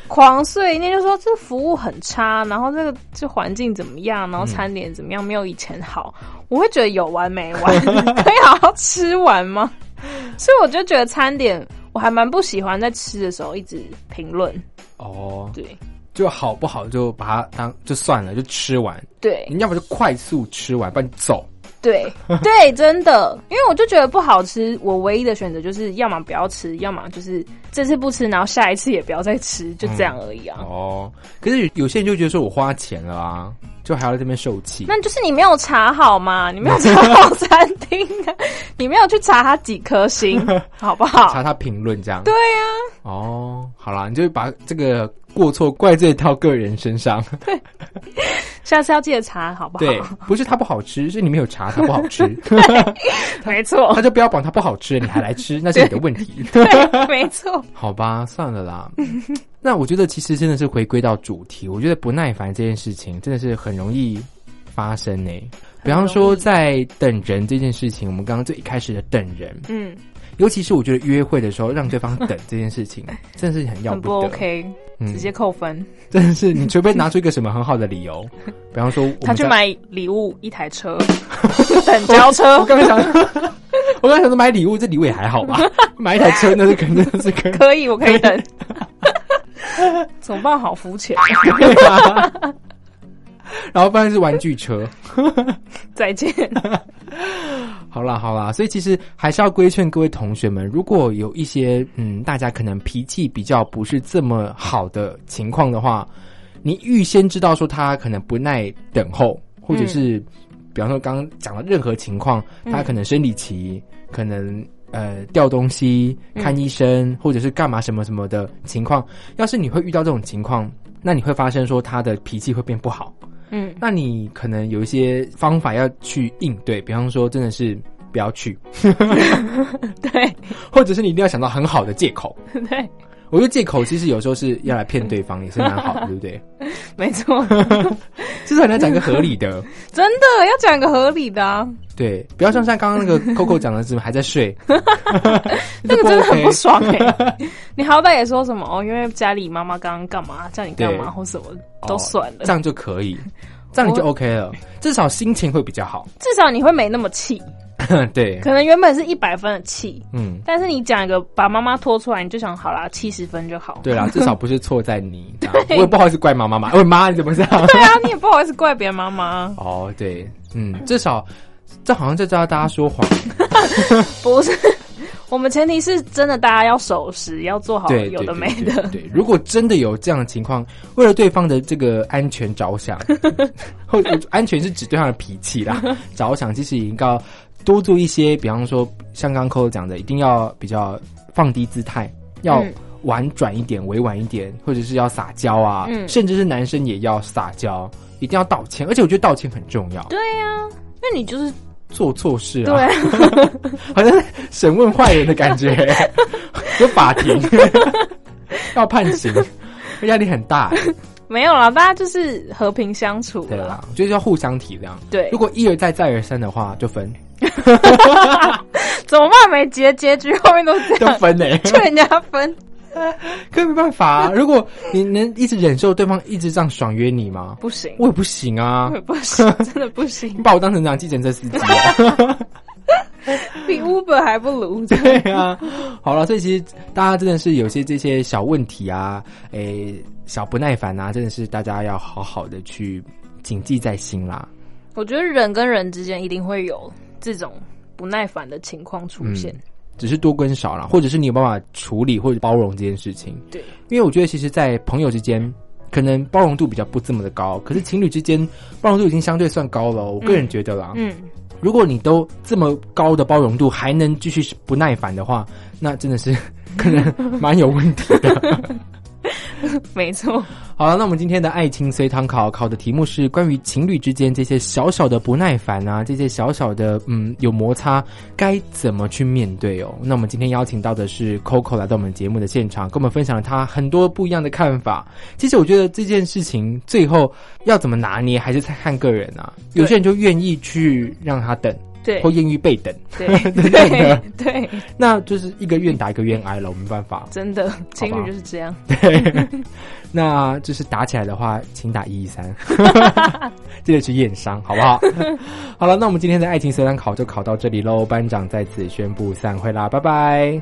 Speaker 8: 狂碎念，就说这服务很差，然后这个这环境怎么样，然后餐点怎么样，没有以前好。我会觉得有完没完， <laughs> 可以好好吃完吗？所以我就觉得餐点我还蛮不喜欢在吃的时候一直评论，
Speaker 1: 哦，
Speaker 8: 对
Speaker 1: 就好不好就把它当就算了，就吃完。
Speaker 8: 对
Speaker 1: 你要么就快速吃完，不然你走。 <laughs>
Speaker 8: 对对，真的，因为我就觉得不好吃，我唯一的选择就是要么不要吃，要么就是这次不吃，然后下一次也不要再吃，就这样而已啊。
Speaker 1: 哦，可是有有些人就觉得说我花钱了啊，就还要在这边受气。
Speaker 8: 那就是你没有查好嘛，你没有查好餐厅
Speaker 1: <laughs>
Speaker 8: 啊，你没有去查它几颗星，好不好？
Speaker 1: 查他评论这样。
Speaker 8: 对啊呀、
Speaker 1: 哦，好啦，你就把这个过错怪罪到个人身
Speaker 8: <laughs>
Speaker 1: 上。
Speaker 8: 下次要记得查，好不好？
Speaker 1: 对，不是它不好吃，是你没有查它不好
Speaker 8: <laughs>
Speaker 1: 吃，
Speaker 8: 没
Speaker 1: <laughs>
Speaker 8: 错
Speaker 1: 那，就标榜它不好吃，你还来
Speaker 8: <laughs>
Speaker 1: 吃，那是你的问题。
Speaker 8: 对，没错。
Speaker 1: 好吧，算了啦。那我觉得其实真的是回归到主题，我觉得不耐烦这件事情真的是很容易发生呢、欸比方说，在等人这件事情，我们刚刚最一开始的等人，
Speaker 8: 嗯，
Speaker 1: 尤其是我觉得约会的时候让对方等这件事
Speaker 8: <laughs>
Speaker 1: 情，真的是很要
Speaker 8: 很
Speaker 1: 不
Speaker 8: 不
Speaker 1: 得。
Speaker 8: OK，
Speaker 1: 嗯
Speaker 8: 直接扣分。
Speaker 1: <laughs> 真的是，你除非拿出一个什么很好的理
Speaker 8: <laughs>
Speaker 1: 由，比方说我们
Speaker 8: 他去
Speaker 1: 在
Speaker 8: 买礼物，一台
Speaker 1: <laughs>
Speaker 8: 车，等交车，
Speaker 1: 我刚才想，我刚才想说买礼物，这礼物也还好
Speaker 8: <laughs>
Speaker 1: 吧，买一台车那是肯定是可以。
Speaker 8: 可以，我可以等。
Speaker 1: <laughs>
Speaker 8: 怎么办？好肤浅，
Speaker 1: 对
Speaker 8: <laughs>
Speaker 1: 啊然后不然是玩具车，
Speaker 8: 再见。
Speaker 1: 好啦好啦，所以其实还是要规劝各位同学们，如果有一些嗯，大家可能脾气比较不是这么好的情况的话，你预先知道说他可能不耐等候，或者是、比方说刚刚讲的任何情况，他可能生理期，可能呃掉东西、看医生，或者是干嘛什么什么的情况，要是你会遇到这种情况，那你会发生说他的脾气会变不好。
Speaker 8: 嗯，
Speaker 1: 那你可能有一些方法要去应对，比方说真的是不要去，
Speaker 8: <laughs> 对
Speaker 1: 或者是你一定要想到很好的借口。
Speaker 8: 对，
Speaker 1: 我觉得借口其实有时候是要来骗对方，也是蛮好的，对不
Speaker 8: <laughs>
Speaker 1: 对？
Speaker 8: 没错， <laughs>
Speaker 1: 就是很难讲一个合理的。
Speaker 8: 真的要讲一个合理的啊。
Speaker 1: 对，不要像像刚刚那个 Coco 讲的，什么还在睡，
Speaker 8: 那
Speaker 1: 那
Speaker 8: 个真的很不爽哎、
Speaker 1: <laughs>
Speaker 8: 你好歹也说什么哦，因为家里妈妈刚刚干嘛叫你干
Speaker 1: 对哦
Speaker 8: 嘛或什么都算了，
Speaker 1: 这样就可以，这样你就 OK 了，至少心情会比较好。 <laughs>
Speaker 8: 至少你会没那么气。
Speaker 1: 对，
Speaker 8: 可能原本是一百分的气，
Speaker 1: 嗯，
Speaker 8: 但是你讲一个把妈妈拖出来，你就想好啦，七十分就好。
Speaker 1: 对啦，至少不是错在你，这样
Speaker 8: <laughs>
Speaker 1: 我也不好意思怪妈妈嘛，喂妈你怎么这样？
Speaker 8: 对啊，你也不好意思怪别人妈
Speaker 1: <laughs>
Speaker 8: 妈，
Speaker 1: 哦，对，嗯，至少这好像就知道大家说
Speaker 8: <laughs>
Speaker 1: 谎，
Speaker 8: 不是。我们前提是真的，大家要守时，要做好
Speaker 1: 对，
Speaker 8: 有
Speaker 1: 对
Speaker 8: 的
Speaker 1: 对
Speaker 8: 没
Speaker 1: 对
Speaker 8: 的。
Speaker 1: 对，对如果真的有这样的情况，为了对方的这个安全着
Speaker 8: <laughs>
Speaker 1: 想，或者安全是指对方的脾气啦，着想，其实应该要多做一些，比方说像刚刚 Coco 讲的，一定要比较放低姿态，要
Speaker 8: 嗯
Speaker 1: 婉转一点、委婉一点，或者是要撒娇啊，
Speaker 8: 嗯
Speaker 1: 甚至是男生也要撒娇，一定要道歉，而且我觉得道歉很重要，
Speaker 8: 对呀、那你就是
Speaker 1: 做错事啊，
Speaker 8: 对啊，
Speaker 1: <laughs> 好像审问坏人的感
Speaker 8: <laughs>
Speaker 1: 觉，有法庭 <laughs> 要判刑，压力很大。
Speaker 8: 没有啦，大家就是和平相处
Speaker 1: 对啊
Speaker 8: 啦。
Speaker 1: 啦，就是要互相体谅。
Speaker 8: 啊对
Speaker 1: 如果一而再再而三的话，就
Speaker 8: <laughs>
Speaker 1: 分，
Speaker 8: 怎么办？没结结局后面都是这
Speaker 1: 就
Speaker 8: 样，
Speaker 1: 分嘞、
Speaker 8: <laughs> 就人家分。
Speaker 1: 可没办法、啊，如果你能一直忍受对方一直这样爽约你吗？
Speaker 8: 不行，
Speaker 1: 我也不行啊
Speaker 8: 我，也 <laughs> 不行，真的不行
Speaker 1: 你，
Speaker 8: <laughs>
Speaker 1: 把我当成讲计程车司机、啊。
Speaker 8: 比 Uber 还不
Speaker 1: <laughs>
Speaker 8: 如。
Speaker 1: 对啊，好了，所以其实大家真的是有些这些小问题啊，诶、小不耐烦啊，真的是大家要好好的去谨记在心啦。
Speaker 8: 我觉得人跟人之间一定会有这种不耐烦的情况出现。
Speaker 1: 嗯只是多跟少啦，或者是你有办法处理或者包容这件事情。
Speaker 8: 对，
Speaker 1: 因为我觉得其实，在朋友之间，可能包容度比较不这么的高，可是情侣之间包容度已经相对算高了哦。我个人觉得啦，
Speaker 8: 嗯，
Speaker 1: 如果你都这么高的包容度，还能继续不耐烦的话，那真的是 <laughs> 可能蛮有问题的。
Speaker 8: 没错。
Speaker 1: 好了，那我们今天的爱情随堂考考的题目是关于情侣之间这些小小的不耐烦啊，这些小小的嗯有摩擦该怎么去面对哦？那我们今天邀请到的是 Coco 来到我们节目的现场，跟我们分享了他很多不一样的看法。其实我觉得这件事情最后要怎么拿捏，还是看个人啊。有些人就愿意去让他等，
Speaker 8: 对
Speaker 1: 或艳遇被等，
Speaker 8: 对 <laughs>
Speaker 1: 等等的
Speaker 8: 对对，
Speaker 1: 那就是一个愿打一个愿挨了，我没办法。
Speaker 8: 真的情侣就是这样。
Speaker 1: 对，那就是打起来的话，请打一一三， <laughs> 记得去验伤，好不好？ <laughs> 好了，那我们今天的爱情随堂考就考到这里喽。班长在此宣布散会啦，拜拜。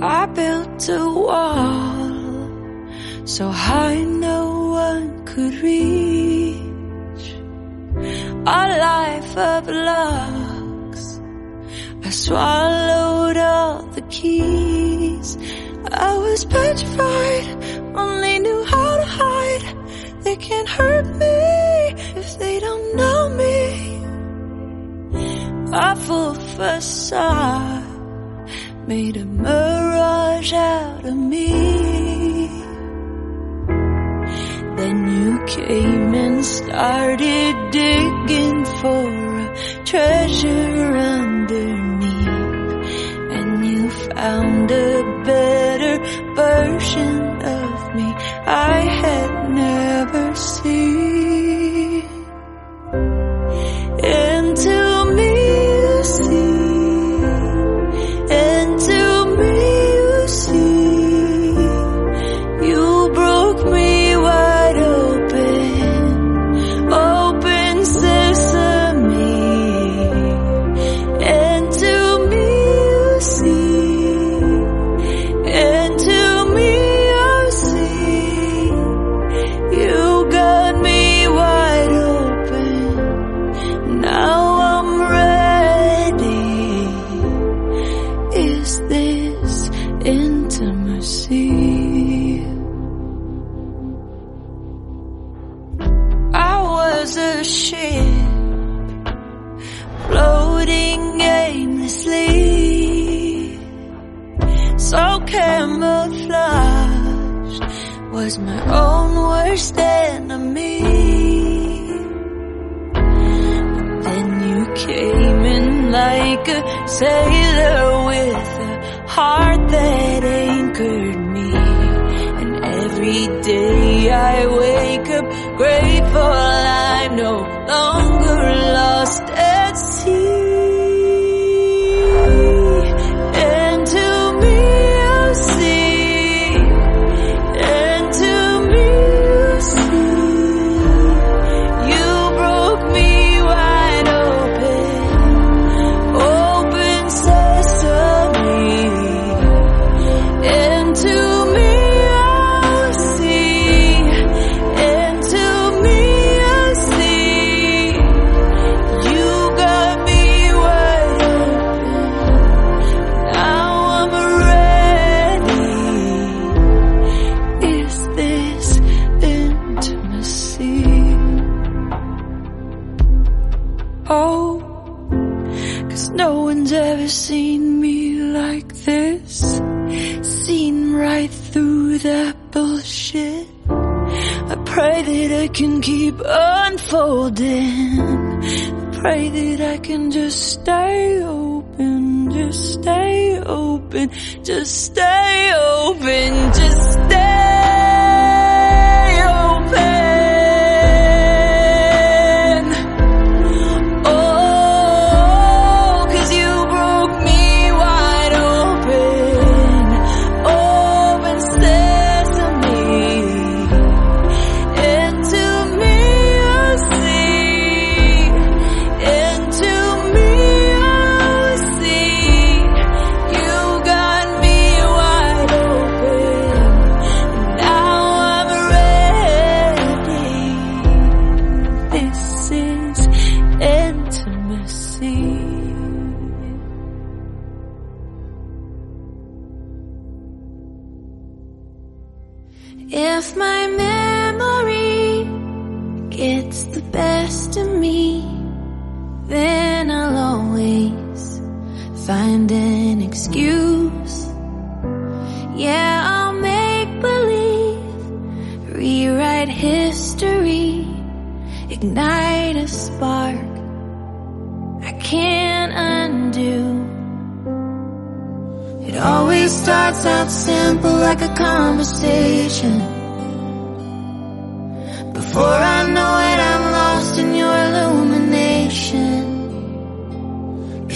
Speaker 9: I built a wall so high no one could reach. A life of locks. I swallowed all the keys. I was petrified, only knew how to hide. They can't hurt me if they don't know me. I full facade made a mirage out of me. Then you came and started digging for a treasure underneath, and you found a better version of me I had never seen. Into me you see and to me you see you broke me wide open open sesame and to me you see and to me you see you got me wide open now I'm ready is this intimacy? I was a ship floating aimlessly, so camouflaged was my own worst enemy. Then you came in like a sailor with a heart that anchored me. And every day I wake up grateful I'm no longer lost at sea. And to me you see, and to me you see. You broke me wide open, open sesame. And to me I see, and to me I see. You got me wide open. Now I'm ready. Is this intimacy? Oh, 'cause no one's ever seen me like this. Seen right through that bullshit. I pray that I can keep unfolding. I pray that I can just stay open, just stay open, just stay open, just stay open. Oh, 'cause you broke me wide open, Oh, open sesame. And to me I see, and to me I see, you got me wide open. Now I'm ready. This is intimacy. If my memory gets the best of me, then I'll always find an excuse. Yeah, I'll make believe, rewrite history, ignite a spark I can't undo. It It always starts out simple like a conversation. Before I know it, I'm lost in your illumination.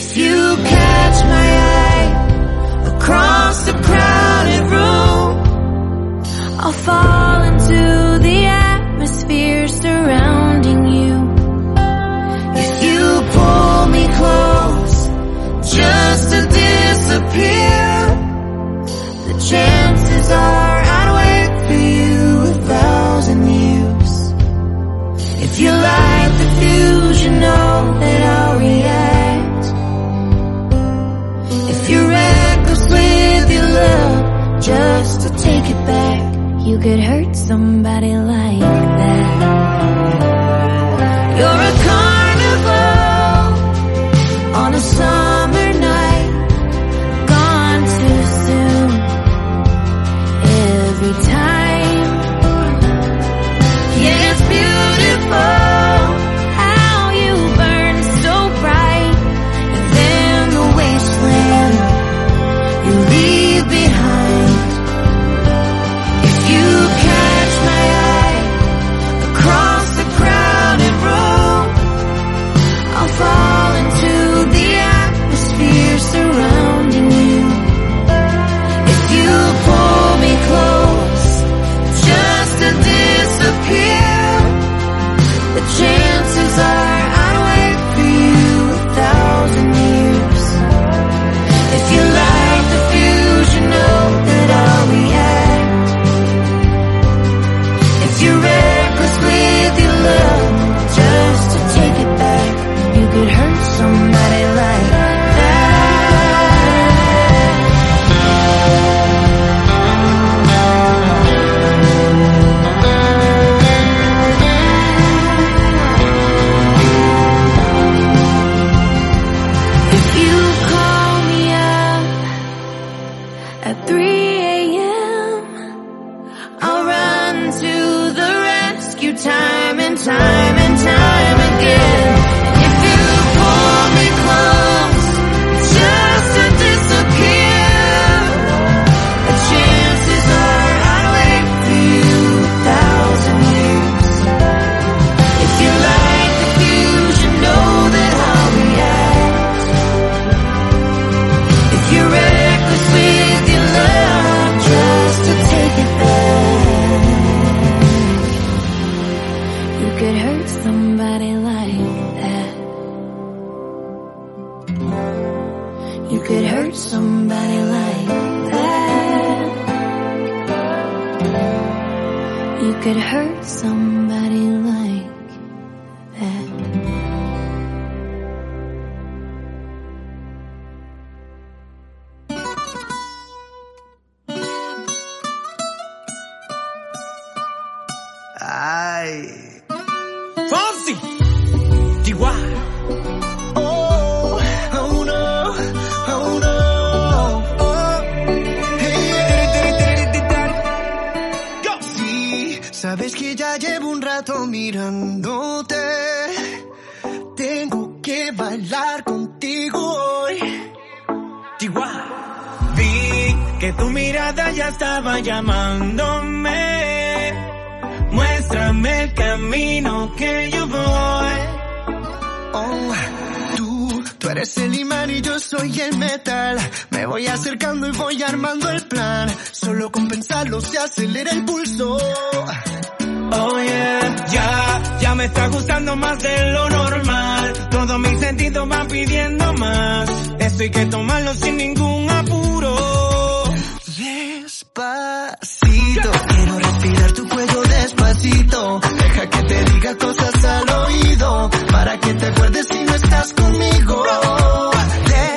Speaker 9: If you catch my eye across the crowded room, I'll fall into the atmosphere surrounding you. If you pull me close, just to disappear. The chances are I'd wait for you a thousand years. If you light the fuse, you know that I'll react. If you're reckless with your love, just to take it back, you could hurt somebody like that. You're a carnival on a summer night gone too soon every time yeah it's beautiful how you burn so bright and then the wasteland you leave behind if you catch my eye across the crowded room I'll fall into the atmosphere surrounding you. If you pull me close, just to disappear, the chances are I'd wait for you a thousand years. If you light the fuse, you know that I'll react. If you're reckless with your love, just to take it back, you could hurt somebody like that. If you call me up at 3 a.m., I'll run to the rescue time and time and time again. And if you pull me close, just to disappear, the chances are I'd wait for you a thousand years. If you light the fuse, you know that I'll react. If you're reckless with your love, just to take it back, you could hurt somebody like that. You could hurt somebody like that. You could hurt somebody like that.
Speaker 7: Ay. Fonsi. DY. Oh, oh no, oh no. Oh. Hey, Go. Sí, sabes que ya llevo un rato mirándote. Tengo que bailar contigo hoy. DY. Vi que tu mirada ya estaba llamándome. Muéstrame el camino que yo voy. Oh, tú, tú eres el imán y yo soy el metal. Me voy acercando y voy armando el plan. Solo con pensarlo se acelera el pulso. Oh yeah, ya, ya me está gustando más de lo normal. Todos mis sentidos van pidiendo más. Esto hay que tomarlo sin ningún apuro. Despacito, quiero respirar tu cuello despacito. Deja que te diga cosas al oído, para que te acuerdes si no estás conmigo.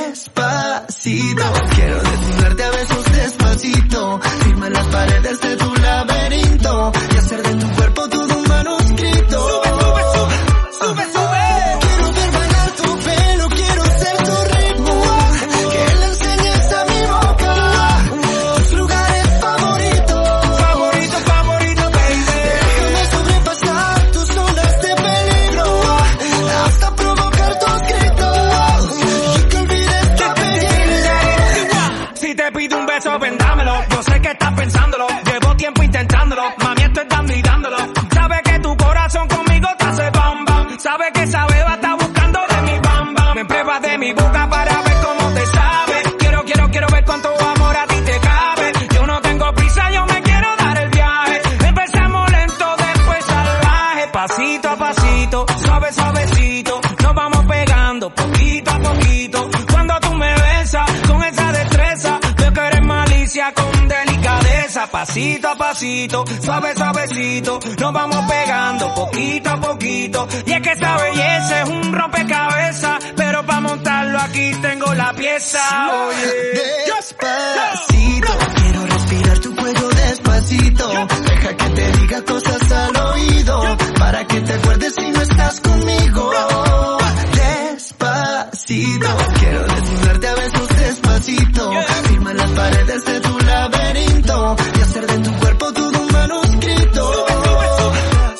Speaker 7: Despacito, quiero desnudarte a besos despacito. Firma las paredes de tu laberinto y hacer de tu cuerpo todo un manuscrito. Sube, sube, sube, sube, sube. Quiero ver bailar tu pelo, quiero ser tu ritmo. Que él enseñe este
Speaker 9: beba está buscando de mi bamba. Me prueba de mi boca para ver cómo te sabe. Quiero, quiero, quiero ver cuánto amor a ti te cabe. Yo no tengo prisa, yo me quiero dar el viaje. Empezamos lento, después salvaje. Pasito a pasito, suave, suavecito. Nos vamos pegando poquito a poquito. Cuando tú me besas con esa destreza, yo que eres malicia con delicadeza. Pasito a pasito, suave, suavecito. Nos vamos pegando poquito a poquito. Y es que esa belleza es un rompecabezas. Pero para montarlo aquí tengo la pieza. Oye.
Speaker 7: Despacito, quiero respirar tu cuello despacito. Deja que te diga cosas al oído, para que te acuerdes si no estás conmigo. Despacito, quiero desnudarte a besos despacito. Firma las paredes de tu laberinto y hacer de tu cuerpo todo un manuscrito. Ah.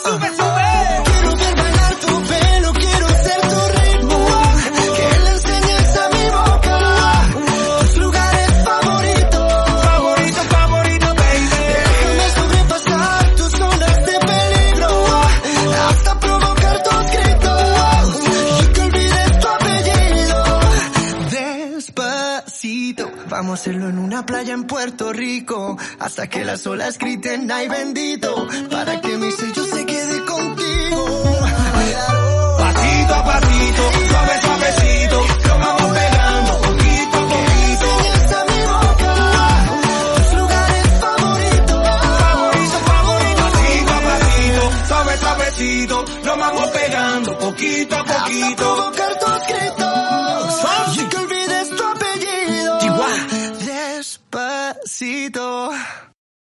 Speaker 9: Sube, sube.
Speaker 7: Quiero ver bailar tu pelo, quiero ser tu ritmo. Que le enseñes a mi boca tus lugares favoritos.
Speaker 9: Favorito, favorito, baby.
Speaker 7: Déjame sobrepasar tus zonas de peligro. Hasta provocar tus gritos. Y que olvides tu apellido. Despacito, vamos a hacerlo en una playa en Puerto Rico. Hasta que las olas griten, ay bendito. Para que mi sello se quede contigo.
Speaker 9: Pasito a pasito, suave, suavecito, lo vamos pegando poquito a poquito.
Speaker 7: Está mi boca, tus lugares favoritos.
Speaker 9: Favorito, favorito, pasito a pasito, suave, suavecito, lo vamos pegando poquito a
Speaker 7: Hasta
Speaker 9: poquito.
Speaker 7: provocar tus gritos y que olvides tu apellido. Despacito.